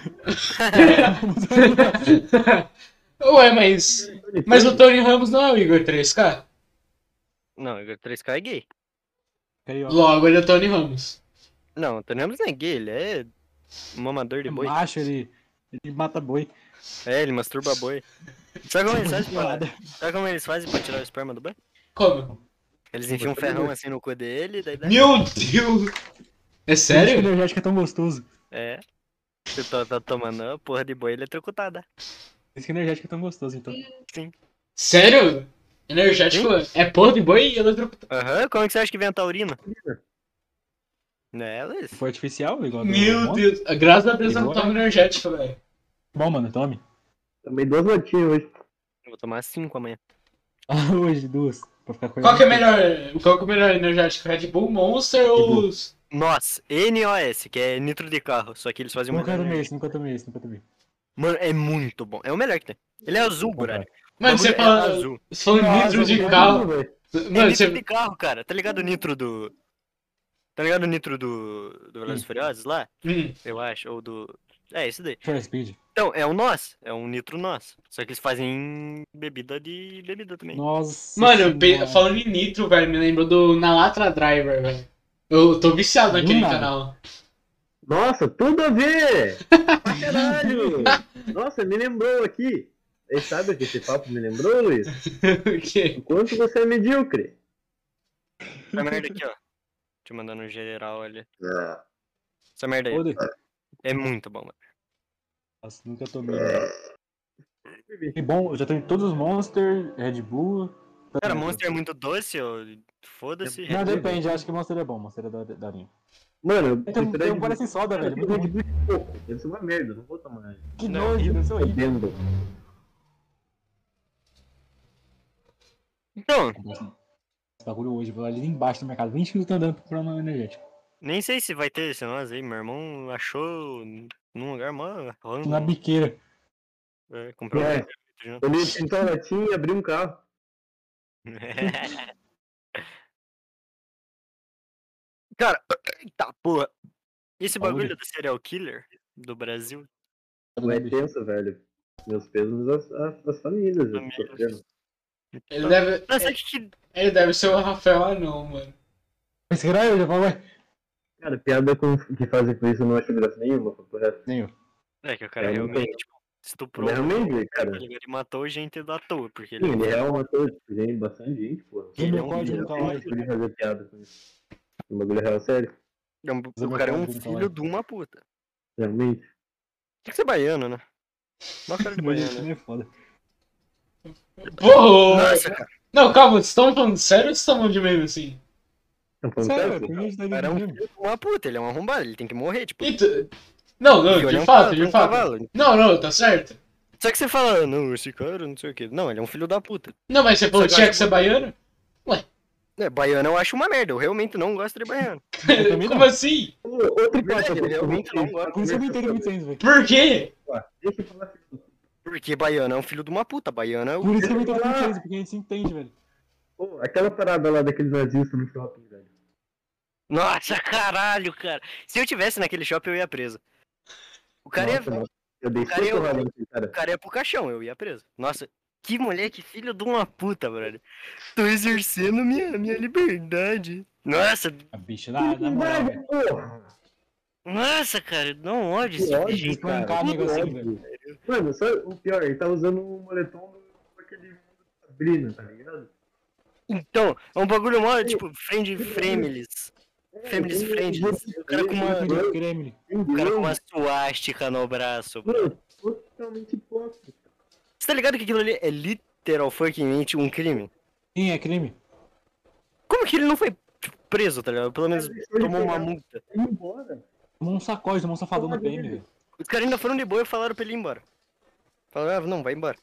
Speaker 1: Ué, mas. Mas o Tony Ramos não é o Igor 3K?
Speaker 2: Não, Igor 3K é gay.
Speaker 5: Carioca.
Speaker 1: Logo ele é o Tony Ramos.
Speaker 2: Não, o Tony Ramos não é gay, ele é mamador de
Speaker 5: É
Speaker 2: boi.
Speaker 5: macho, ele, ele mata boi.
Speaker 2: É, ele masturba boi. Sabe como eles fazem
Speaker 5: Nada.
Speaker 2: pra, sabe como eles fazem pra tirar o esperma do boi?
Speaker 1: Como?
Speaker 2: Eles enfiam um ferrão assim no cu dele, daí dá.
Speaker 1: Meu Deus! É
Speaker 5: O
Speaker 1: sério?
Speaker 5: energético é tão gostoso.
Speaker 2: É. Você tá, tá tomando a porra de boi eletrocutada.
Speaker 5: Por isso que o energético é tão gostoso, então.
Speaker 1: Sério? Energético é porra de boi e eletrocutado.
Speaker 2: Aham, como é que você acha que vem a taurina? Né, Luiz?
Speaker 5: Foi artificial, igual
Speaker 1: Meu Deus, graças a Deus eu não tomo energético, velho.
Speaker 5: Bom, mano, tome.
Speaker 6: Tomei duas latinhas hoje.
Speaker 2: Eu vou tomar cinco amanhã.
Speaker 5: Ah, Hoje, duas. Pra ficar com
Speaker 1: Qual que é melhor? Qual que é o melhor energético? Red Bull, Monster ou. os-
Speaker 2: Nossa, NOS, que é nitro de carro, só que eles fazem
Speaker 5: Nunca
Speaker 2: melhor, né?
Speaker 5: tomei esse, nunca tomei esse, nunca tomei.
Speaker 2: Mano, é muito bom. É o melhor que tem. Ele é azul,
Speaker 5: Vou comprar.
Speaker 2: brother.
Speaker 1: Mano,
Speaker 2: O
Speaker 1: você
Speaker 2: bagulho é
Speaker 1: fala.
Speaker 2: azul.
Speaker 1: Você falando
Speaker 5: Nossa,
Speaker 1: nitro de
Speaker 5: mano.
Speaker 1: carro.
Speaker 6: velho.
Speaker 2: é
Speaker 1: Mano,
Speaker 2: nitro
Speaker 1: você.
Speaker 2: de carro, cara. Tá ligado o nitro do. Tá ligado o nitro do. Do Velozes e Furiosos lá?
Speaker 1: Hum.
Speaker 2: Eu acho. Ou do. É, esse daí.
Speaker 5: For Speed.
Speaker 2: Então, é um nós. É um nitro nós. Só que eles fazem bebida de bebida também.
Speaker 5: Nossa.
Speaker 1: Mano, eu pe-
Speaker 5: senhora.
Speaker 1: falando em Nitro, velho, me lembrou do Nalatra Driver, velho. Eu tô viciado
Speaker 5: Do
Speaker 1: naquele
Speaker 5: nada.
Speaker 1: canal.
Speaker 6: Nossa, tudo a ver! Pra caralho! Nossa, me lembrou aqui. E sabe o que esse papo me lembrou, Luiz?
Speaker 1: Que-
Speaker 6: Enquanto você é medíocre.
Speaker 2: Essa merda aqui, ó. Deixa eu mandar no geral ali.
Speaker 6: Ah,
Speaker 2: Essa merda aí.
Speaker 5: Foda-se.
Speaker 2: É muito bom, mano.
Speaker 5: Nossa, nunca tomei. Que bom, eu já tomei todos os Monster, Red Bull.
Speaker 2: Cara, Monster é muito doce, ó. Foda-se.
Speaker 5: Não, depende, eu acho que Monster é bom, Monster é da, da minha.
Speaker 6: Mano, eu
Speaker 5: Tem um, tem um
Speaker 6: prefiro
Speaker 5: parece soda, velho. Muito
Speaker 6: de
Speaker 5: bom.
Speaker 6: pouco. Deve ser uma merda, não vou tomar.
Speaker 5: Que nojo, não sou eu.
Speaker 6: Bendo.
Speaker 2: Então, Então,
Speaker 5: tá Esse bagulho hoje, vou ali embaixo do mercado, 20 minutos andando pra comprar uma energética.
Speaker 2: Nem sei se vai ter esse nós aí, meu irmão achou num lugar mó random,
Speaker 5: tipo, Na biqueira.
Speaker 2: é, comprou um
Speaker 6: É.
Speaker 2: litro de nós.
Speaker 6: Ele pintou a latinha e abriu um carro.
Speaker 2: Cara, eita porra. Esse
Speaker 5: Saúde.
Speaker 2: bagulho do serial killer do Brasil,
Speaker 6: Mas é tenso, velho. Meus pesos às, às, às famílias. eu
Speaker 2: Famílias.
Speaker 6: sofrendo.
Speaker 1: Ele deve,
Speaker 2: não sei o que que-
Speaker 1: ele deve ser o Rafael Anão, mano.
Speaker 5: Mas será é eu já falo, ué?
Speaker 6: Cara, piada com, que fazem com isso eu não acho graça nenhuma, papo reto.
Speaker 5: Nenhum.
Speaker 2: É que o cara
Speaker 6: Eu não
Speaker 2: realmente
Speaker 6: tenho.
Speaker 2: tipo, estuprou.
Speaker 6: Mas realmente, cara.
Speaker 2: tá ligado? Ele matou gente da toa, porque ele.
Speaker 6: Sim, ele é um ator, tipo, gente, bastante gente, pô.
Speaker 5: Quem
Speaker 2: Ele
Speaker 5: meu
Speaker 2: é um
Speaker 5: código
Speaker 6: Eu
Speaker 5: tá
Speaker 6: não
Speaker 5: lá.
Speaker 6: podia fazer piada com isso. Um bagulho real sério,
Speaker 2: é um-
Speaker 5: Mas eu
Speaker 2: O cara é
Speaker 5: vou
Speaker 2: um
Speaker 5: falar,
Speaker 2: filho de uma puta.
Speaker 6: realmente.
Speaker 2: Tem que ser baiano, né? Mó cara de baiano. né?
Speaker 5: é foda.
Speaker 1: Porra!
Speaker 2: Nossa, cara,
Speaker 1: Não, calma, vocês estão falando sério ou vocês estão falando de meme assim?
Speaker 6: Tá falando
Speaker 5: Sério, por
Speaker 6: sério?
Speaker 5: que a gente tá
Speaker 2: o cara é um
Speaker 5: dirigindo?
Speaker 2: filho de uma puta, ele é um arrombado, ele tem que morrer, tipo.
Speaker 1: E tu- Não, não,
Speaker 2: ele é
Speaker 1: de
Speaker 2: um
Speaker 1: fato,
Speaker 2: cara,
Speaker 1: de
Speaker 2: um
Speaker 1: fato.
Speaker 2: cavalo.
Speaker 1: Não, não, tá certo.
Speaker 2: Só que você fala, "Ah, não, esse cara não sei o que. Não, ele é um filho da puta.
Speaker 1: Não, mas você falou
Speaker 2: Só que eu
Speaker 1: tinha
Speaker 2: acho
Speaker 1: que ser baiano?
Speaker 2: É, baiano eu acho uma merda, eu realmente não gosto de baiano.
Speaker 5: também
Speaker 1: Como
Speaker 5: não.
Speaker 1: assim?
Speaker 6: Outro
Speaker 2: Verdade,
Speaker 6: papo,
Speaker 2: ele realmente é um não gosta.
Speaker 5: Por isso eu não entendo muito isso, velho.
Speaker 1: Por quê?
Speaker 6: né? Deixa eu falar. assim,
Speaker 2: Porque baiano é um filho de uma puta, baiano é o.
Speaker 5: Por isso que eu não entendo muito isso, porque a gente se entende, velho.
Speaker 6: Pô, aquela parada lá daqueles nazistas no shopping, velho.
Speaker 2: Nossa, caralho, cara. Se eu tivesse naquele shopping, eu ia preso. O cara,
Speaker 6: Nossa,
Speaker 2: ia,
Speaker 6: nossa, Eu dei
Speaker 2: cara, eu-
Speaker 6: cinco rodadas naquele cara.
Speaker 2: o cara ia pro caixão, eu ia preso. Nossa, que moleque, filho de uma puta, brother. Tô exercendo minha, minha liberdade. Nossa,
Speaker 5: A bicha Ah, na, na moral, velho.
Speaker 6: Porra,
Speaker 2: nossa, cara, não ódio
Speaker 6: que
Speaker 2: esse
Speaker 6: ódio,
Speaker 2: gente.
Speaker 5: cara.
Speaker 6: cara.
Speaker 5: Cara,
Speaker 6: que
Speaker 5: negocinho,
Speaker 6: ódio. Mano, só o pior, ele tá usando o moletom do aquele Sabrina, tá ligado?
Speaker 2: Então, é um bagulho mó, tipo, friend families. Families
Speaker 6: ele-
Speaker 2: friends. O cara com uma,
Speaker 5: Filho do Kremlin.
Speaker 2: o cara com uma suástica no braço, bro.
Speaker 6: Mano, totalmente hipócrita.
Speaker 2: Você tá ligado que aquilo ali é literal fuckingmente um crime?
Speaker 5: Sim, é crime.
Speaker 2: Como que ele não foi tipo, preso, tá ligado? Pelo menos
Speaker 6: Ele foi
Speaker 2: tomou uma
Speaker 6: liberado.
Speaker 2: multa.
Speaker 6: Ele ia embora.
Speaker 5: Tomou um sacode, tomou um safadão no PM, velho.
Speaker 2: Os caras ainda foram de boa e falaram pra ele ir embora. Falaram, ah, não, vai embora.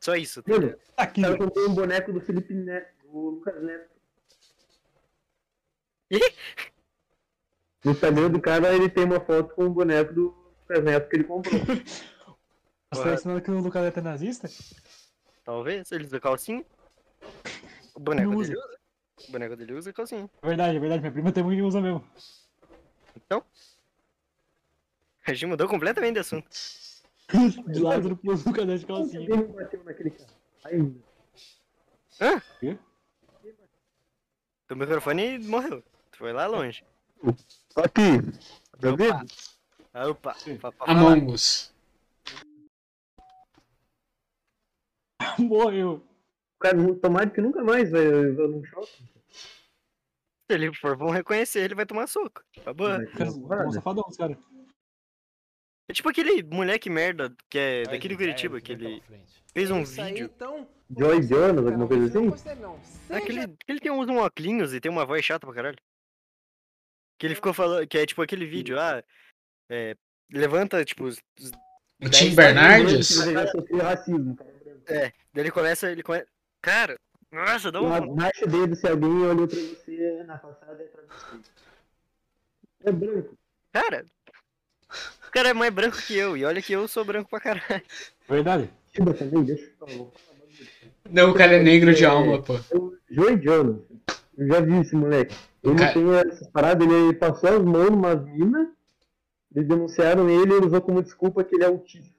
Speaker 2: Só isso. tá
Speaker 6: Mano,
Speaker 2: ligado?
Speaker 5: Tá aqui,
Speaker 6: o cara
Speaker 5: velho.
Speaker 6: comprou um boneco do Felipe Neto, do Lucas Neto.
Speaker 2: Ih!
Speaker 6: No Instagram do cara, ele tem uma foto com o boneco do Lucas Neto que ele comprou.
Speaker 5: Você tá ensinando que o Lucas Neto é nazista?
Speaker 2: Talvez, eles usam calcinha. O boneco
Speaker 5: Não
Speaker 2: dele usa. O boneco dele usa calcinha.
Speaker 5: É verdade, é verdade. Minha prima tem muito que usa mesmo.
Speaker 2: A gente Então, mudou completamente de assunto.
Speaker 5: De lado do Lucas Neto de calcinha.
Speaker 6: Ninguém bateu naquele cara. Ainda.
Speaker 2: Teu microfone morreu. Tu foi lá longe.
Speaker 6: Só que, tá
Speaker 2: Opa. Ah, opa. Pra- pra falar.
Speaker 1: Among Us.
Speaker 5: Morreu.
Speaker 6: O cara, não- tomara que nunca mais vai vai num shopping.
Speaker 2: Se ele for bom reconhecer, ele vai tomar soco. Tá boa.
Speaker 6: Vai,
Speaker 5: Cara,
Speaker 6: vai,
Speaker 5: tomou um safadão, os caras.
Speaker 2: É tipo aquele moleque merda que é daquele Curitiba, que ele fez um
Speaker 4: então. Isso aí,
Speaker 2: vídeo.
Speaker 4: então,
Speaker 6: Joy
Speaker 4: você-
Speaker 6: Jonas,
Speaker 4: cara,
Speaker 6: alguma coisa
Speaker 4: você não
Speaker 6: assim?
Speaker 4: gostei, não.
Speaker 2: É
Speaker 4: Seja
Speaker 2: aquele, aquele tem uns um óculos e tem uma voz chata pra caralho. Que ele ficou falando, que é tipo aquele vídeo, ah, é, levanta, tipo, os- os-
Speaker 1: O
Speaker 2: Dez
Speaker 1: Tim
Speaker 2: anos
Speaker 1: Bernardes?
Speaker 6: Ele vai sofrer racismo, cara.
Speaker 2: daí ele começa, ele começa, cara, nossa, dá um...
Speaker 6: Uma baixa o dedo se alguém olhou pra você na passada é pra você. É branco.
Speaker 2: cara, o cara é mais branco que eu, e olha que eu sou branco pra caralho.
Speaker 5: Verdade.
Speaker 6: Chiba também, deixa eu falar. É um
Speaker 1: Não, o cara é negro de alma, pô.
Speaker 6: Eu, Joey Jonas, eu já vi esse moleque. Ele
Speaker 1: Cara-
Speaker 6: tem essas paradas, ele passou as mãos numa mina, eles denunciaram ele ele usou como desculpa que ele é autista.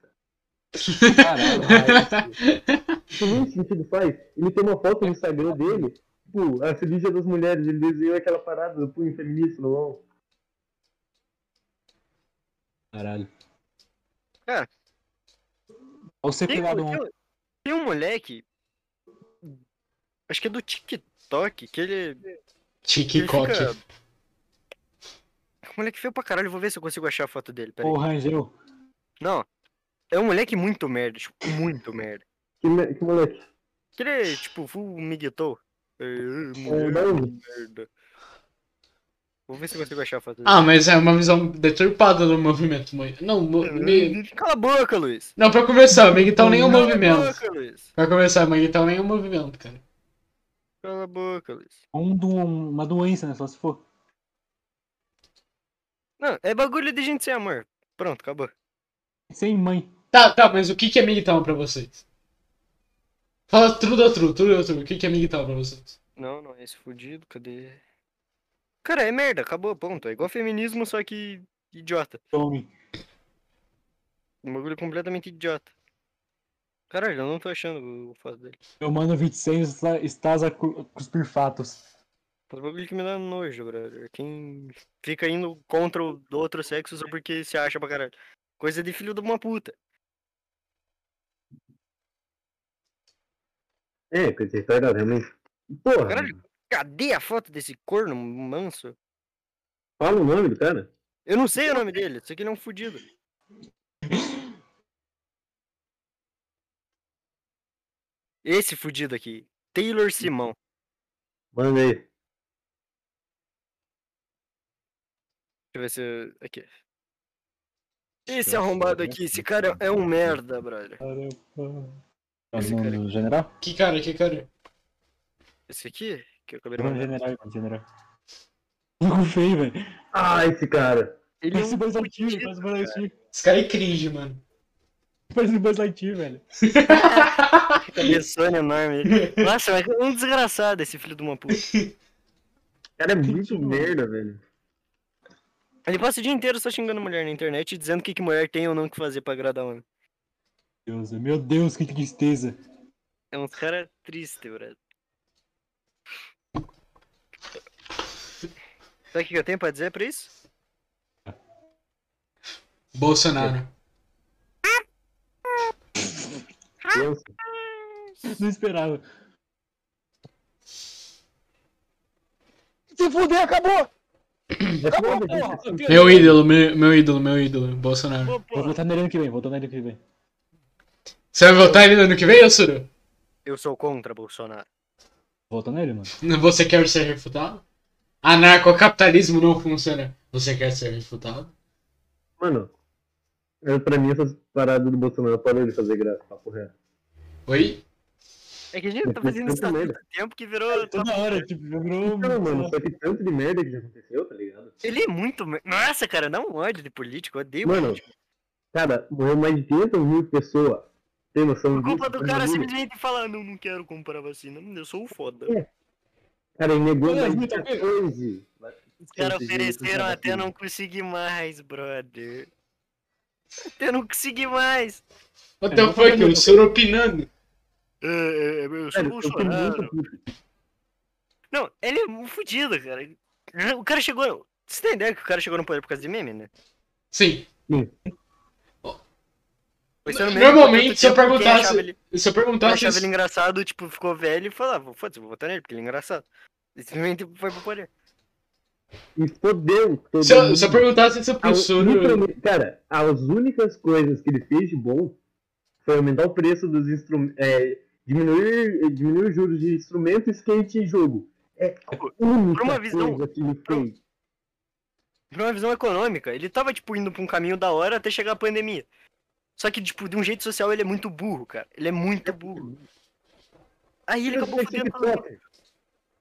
Speaker 6: Isso nem sentido faz. Ele tem uma foto no Instagram dele, tipo, a feliz das mulheres, ele desenhou aquela parada do punho feminista no mão.
Speaker 5: Caralho.
Speaker 2: Cara.
Speaker 5: Olha o
Speaker 2: Tem,
Speaker 5: CP lá do
Speaker 2: tem um- tem um moleque, acho que é do TikTok, que ele, que
Speaker 1: Tiki
Speaker 2: ele
Speaker 1: Cock.
Speaker 2: fica... É um Moleque feio pra caralho, vou ver se eu consigo achar a foto dele, peraí.
Speaker 5: o Rangel.
Speaker 2: Não, é um moleque muito merda, tipo, muito merda.
Speaker 6: Que, me- que moleque.
Speaker 2: Que ele é, tipo, full miguitou.
Speaker 6: É, não.
Speaker 2: merda. Vou ver se eu consigo achar a foto dele.
Speaker 1: Ah, mas é uma visão deturpada do movimento. mo- Não, mo-
Speaker 2: É,
Speaker 1: me-
Speaker 2: Cala a boca, Luiz.
Speaker 1: não pra começar, Miguel nem um
Speaker 2: Cala a
Speaker 1: movimento.
Speaker 2: boca, Luiz.
Speaker 1: Pra começar, Miguel nem um movimento, cara.
Speaker 2: Cala a boca, Luiz.
Speaker 5: Um do- uma doença, né? Só se for.
Speaker 2: Não, é bagulho de gente sem amor. Pronto, acabou.
Speaker 5: Sem mãe.
Speaker 1: Tá, tá, mas o que que é migtal pra vocês? Fala tudo a true, tudo a true. O que que é migtal pra vocês?
Speaker 2: Não, não, é esse fudido, cadê? Cara, é merda, acabou, ponto. É igual feminismo, só que idiota.
Speaker 5: Homem.
Speaker 2: Um bagulho completamente idiota. Caralho, eu não tô achando o foto dele.
Speaker 5: Meu mano 26 está- estás a cu- cuspir fatos.
Speaker 2: É um bagulho que me dá nojo, brother. Quem fica indo contra o do outro sexo só porque se acha pra caralho. Coisa de filho de uma puta.
Speaker 6: É, coisa retardada, realmente. Porra,
Speaker 2: Caralho. Cadê a foto desse corno manso?
Speaker 6: fala o nome do cara.
Speaker 2: Eu não sei o nome dele, isso aqui ele é um fudido. Esse fudido aqui, Taylor Simão.
Speaker 6: Manda aí.
Speaker 2: Deixa eu ver se. eu- Aqui. Esse arrombado aqui, esse cara é um merda, brother. Esse cara
Speaker 5: Mano, Tá general?
Speaker 1: Que cara, que cara?
Speaker 2: Esse aqui, que eu acabei de
Speaker 5: Mano,
Speaker 2: mandar.
Speaker 5: Tá general, mano, general. Louco feio, velho.
Speaker 6: Ah, esse cara.
Speaker 2: Ele é
Speaker 5: Parece
Speaker 2: um
Speaker 5: Buzz Lightyear,
Speaker 2: fudido.
Speaker 5: parece Buzz Lightyear.
Speaker 1: Esse cara é cringe, mano.
Speaker 5: Parece Buzz Lightyear, velho.
Speaker 2: Cabeçona enorme. ele. Nossa, mas é um desgraçado esse filho de uma puta.
Speaker 6: O cara é muito merda, velho.
Speaker 2: Ele passa o dia inteiro só xingando mulher na internet e dizendo o que, que mulher tem ou não que fazer pra agradar homem.
Speaker 5: Deus, meu Deus, que tristeza.
Speaker 2: É uns cara triste, brother. Sabe o que que eu tenho pra dizer pra isso?
Speaker 1: Bolsonaro.
Speaker 6: Pensa.
Speaker 5: Não esperava. Se fuder, acabou!
Speaker 6: É foda, bicho.
Speaker 1: Meu ídolo, meu, meu ídolo, meu ídolo, Bolsonaro.
Speaker 2: Pô,
Speaker 5: Vou
Speaker 2: pô,
Speaker 5: voltar nele ano que vem, voltar nele ano que vem.
Speaker 1: Você vai votar ele ano que vem, Ossuru?
Speaker 2: Eu sou contra Bolsonaro.
Speaker 5: Voltar nele, mano.
Speaker 1: Você quer ser refutado? Anarcocapitalismo não funciona. Você quer ser refutado?
Speaker 6: Mano, é, pra mim essas paradas do Bolsonaro parou de fazer graça, papo reto.
Speaker 1: Oi?
Speaker 2: É que a gente tá
Speaker 6: Eu
Speaker 2: fazendo
Speaker 6: tô
Speaker 2: isso há
Speaker 6: também,
Speaker 2: tanto tempo que virou.
Speaker 5: Toda hora, tipo, virou um-
Speaker 6: Não, Tá Então, mano, só que tanto de merda que já aconteceu, tá ligado?
Speaker 2: Ele é muito. mer- Nossa, cara, não ódio de político, eu odeio
Speaker 6: Mano,
Speaker 2: político.
Speaker 6: Cara, morreu mais de 500 mil pessoas. Tem noção
Speaker 2: A É culpa
Speaker 6: disso?
Speaker 2: do cara
Speaker 6: Mano,
Speaker 2: simplesmente falar, não, não quero comprar vacina, eu sou o foda.
Speaker 6: Cara, ele negou
Speaker 5: Olha,
Speaker 6: mais de
Speaker 5: muita coisa.
Speaker 6: 14.
Speaker 2: Os caras
Speaker 6: Esse jeito,
Speaker 2: ofereceram
Speaker 6: cara,
Speaker 2: até
Speaker 6: assim.
Speaker 2: não conseguir mais, brother. Até não consegui mais.
Speaker 1: What
Speaker 5: É,
Speaker 1: the
Speaker 5: não tá
Speaker 1: fuck,
Speaker 5: vendo.
Speaker 1: o senhor opinando.
Speaker 2: É, é, é, eu sou
Speaker 6: Cara, eu tô muito
Speaker 2: Bolsonaro.
Speaker 6: puto.
Speaker 2: Não, ele é um fudido, cara. O cara chegou. Você tem ideia que o cara chegou no poder por causa de meme, né?
Speaker 1: Sim.
Speaker 2: Foi sendo meme
Speaker 1: Normalmente,
Speaker 2: por tanto
Speaker 1: se eu
Speaker 2: tempo que
Speaker 1: perguntasse-
Speaker 2: achava ele-
Speaker 1: Se eu
Speaker 2: Eu
Speaker 1: perguntasse.
Speaker 2: achava ele engraçado, tipo, ficou velho e falava, foda-se, vou votar nele, porque ele é engraçado. E simplesmente foi pro poder.
Speaker 6: E fodeu todo
Speaker 1: Se eu,
Speaker 6: mundo.
Speaker 1: se eu perguntasse isso
Speaker 6: A-
Speaker 1: pro Soro.
Speaker 6: literalmente, Cara, as únicas coisas que ele fez de bom foi aumentar o preço dos instrumentos. diminuir, eh, diminuir os juros de instrumento, skate e jogo. É a
Speaker 2: Por
Speaker 6: única
Speaker 2: uma visão-
Speaker 6: coisa que ele
Speaker 2: por-
Speaker 6: fez.
Speaker 2: Por uma visão econômica, ele tava, tipo, indo pra um caminho da hora até chegar a pandemia. Só que, tipo, de um jeito social ele é muito burro, cara. Ele é muito burro. Aí ele acabou fudendo todo mundo.
Speaker 6: TikTok.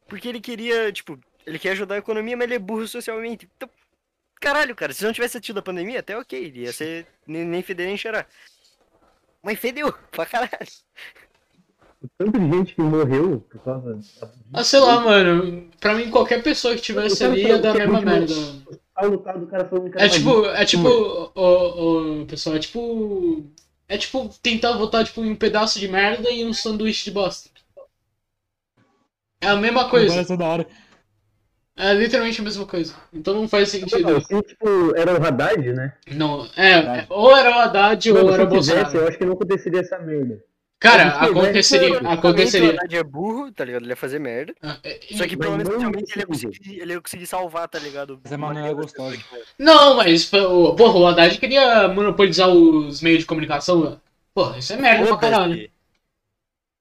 Speaker 2: Porque ele queria, tipo, ele quer ajudar a economia, mas ele é burro socialmente. Então, caralho, cara, se não tivesse tido a pandemia, até ok, ele ia ser nem, nem feder nem cheirar. Mas fedeu, pra caralho.
Speaker 6: Tanto de gente que morreu por causa
Speaker 1: Ah, sei lá, mano. Pra mim, qualquer pessoa que tivesse
Speaker 6: Eu quero
Speaker 1: ali ia
Speaker 6: saber
Speaker 1: dar a
Speaker 6: o que é
Speaker 1: mesma merda.
Speaker 6: muito- Ah, o cara do cara falando que
Speaker 1: É tipo, é tipo, o, pessoal, é tipo, é tipo tentar votar tipo em um pedaço de merda e um sanduíche de bosta. É a mesma
Speaker 5: Agora é
Speaker 1: coisa,
Speaker 5: toda hora.
Speaker 1: é literalmente a mesma coisa. Então não faz
Speaker 6: Não,
Speaker 1: sentido.
Speaker 6: assim, tipo, era o Haddad, né?
Speaker 1: Não, é, é- ou era o Haddad ou
Speaker 6: Mano, se
Speaker 1: era o
Speaker 6: eu quisesse,
Speaker 2: é,
Speaker 1: Bolsonaro.
Speaker 6: eu acho que não aconteceria essa merda.
Speaker 1: Cara,
Speaker 6: se eu
Speaker 1: aconteceria,
Speaker 2: Mano, O
Speaker 1: aconteceria.
Speaker 2: Haddad é burro, tá ligado? Ele ia fazer merda.
Speaker 1: Ah, é-
Speaker 2: Só que pelo
Speaker 6: Mas
Speaker 2: menos
Speaker 6: não
Speaker 2: socialmente ele ia,
Speaker 6: precisa.
Speaker 2: conseguir, ele ia conseguir salvar, tá ligado?
Speaker 5: Essa Manuela é gostosa.
Speaker 1: Não, mas o- porra, o Haddad queria monopolizar os meios de comunicação. Porra, isso é merda pra caralho.
Speaker 2: Foda-se.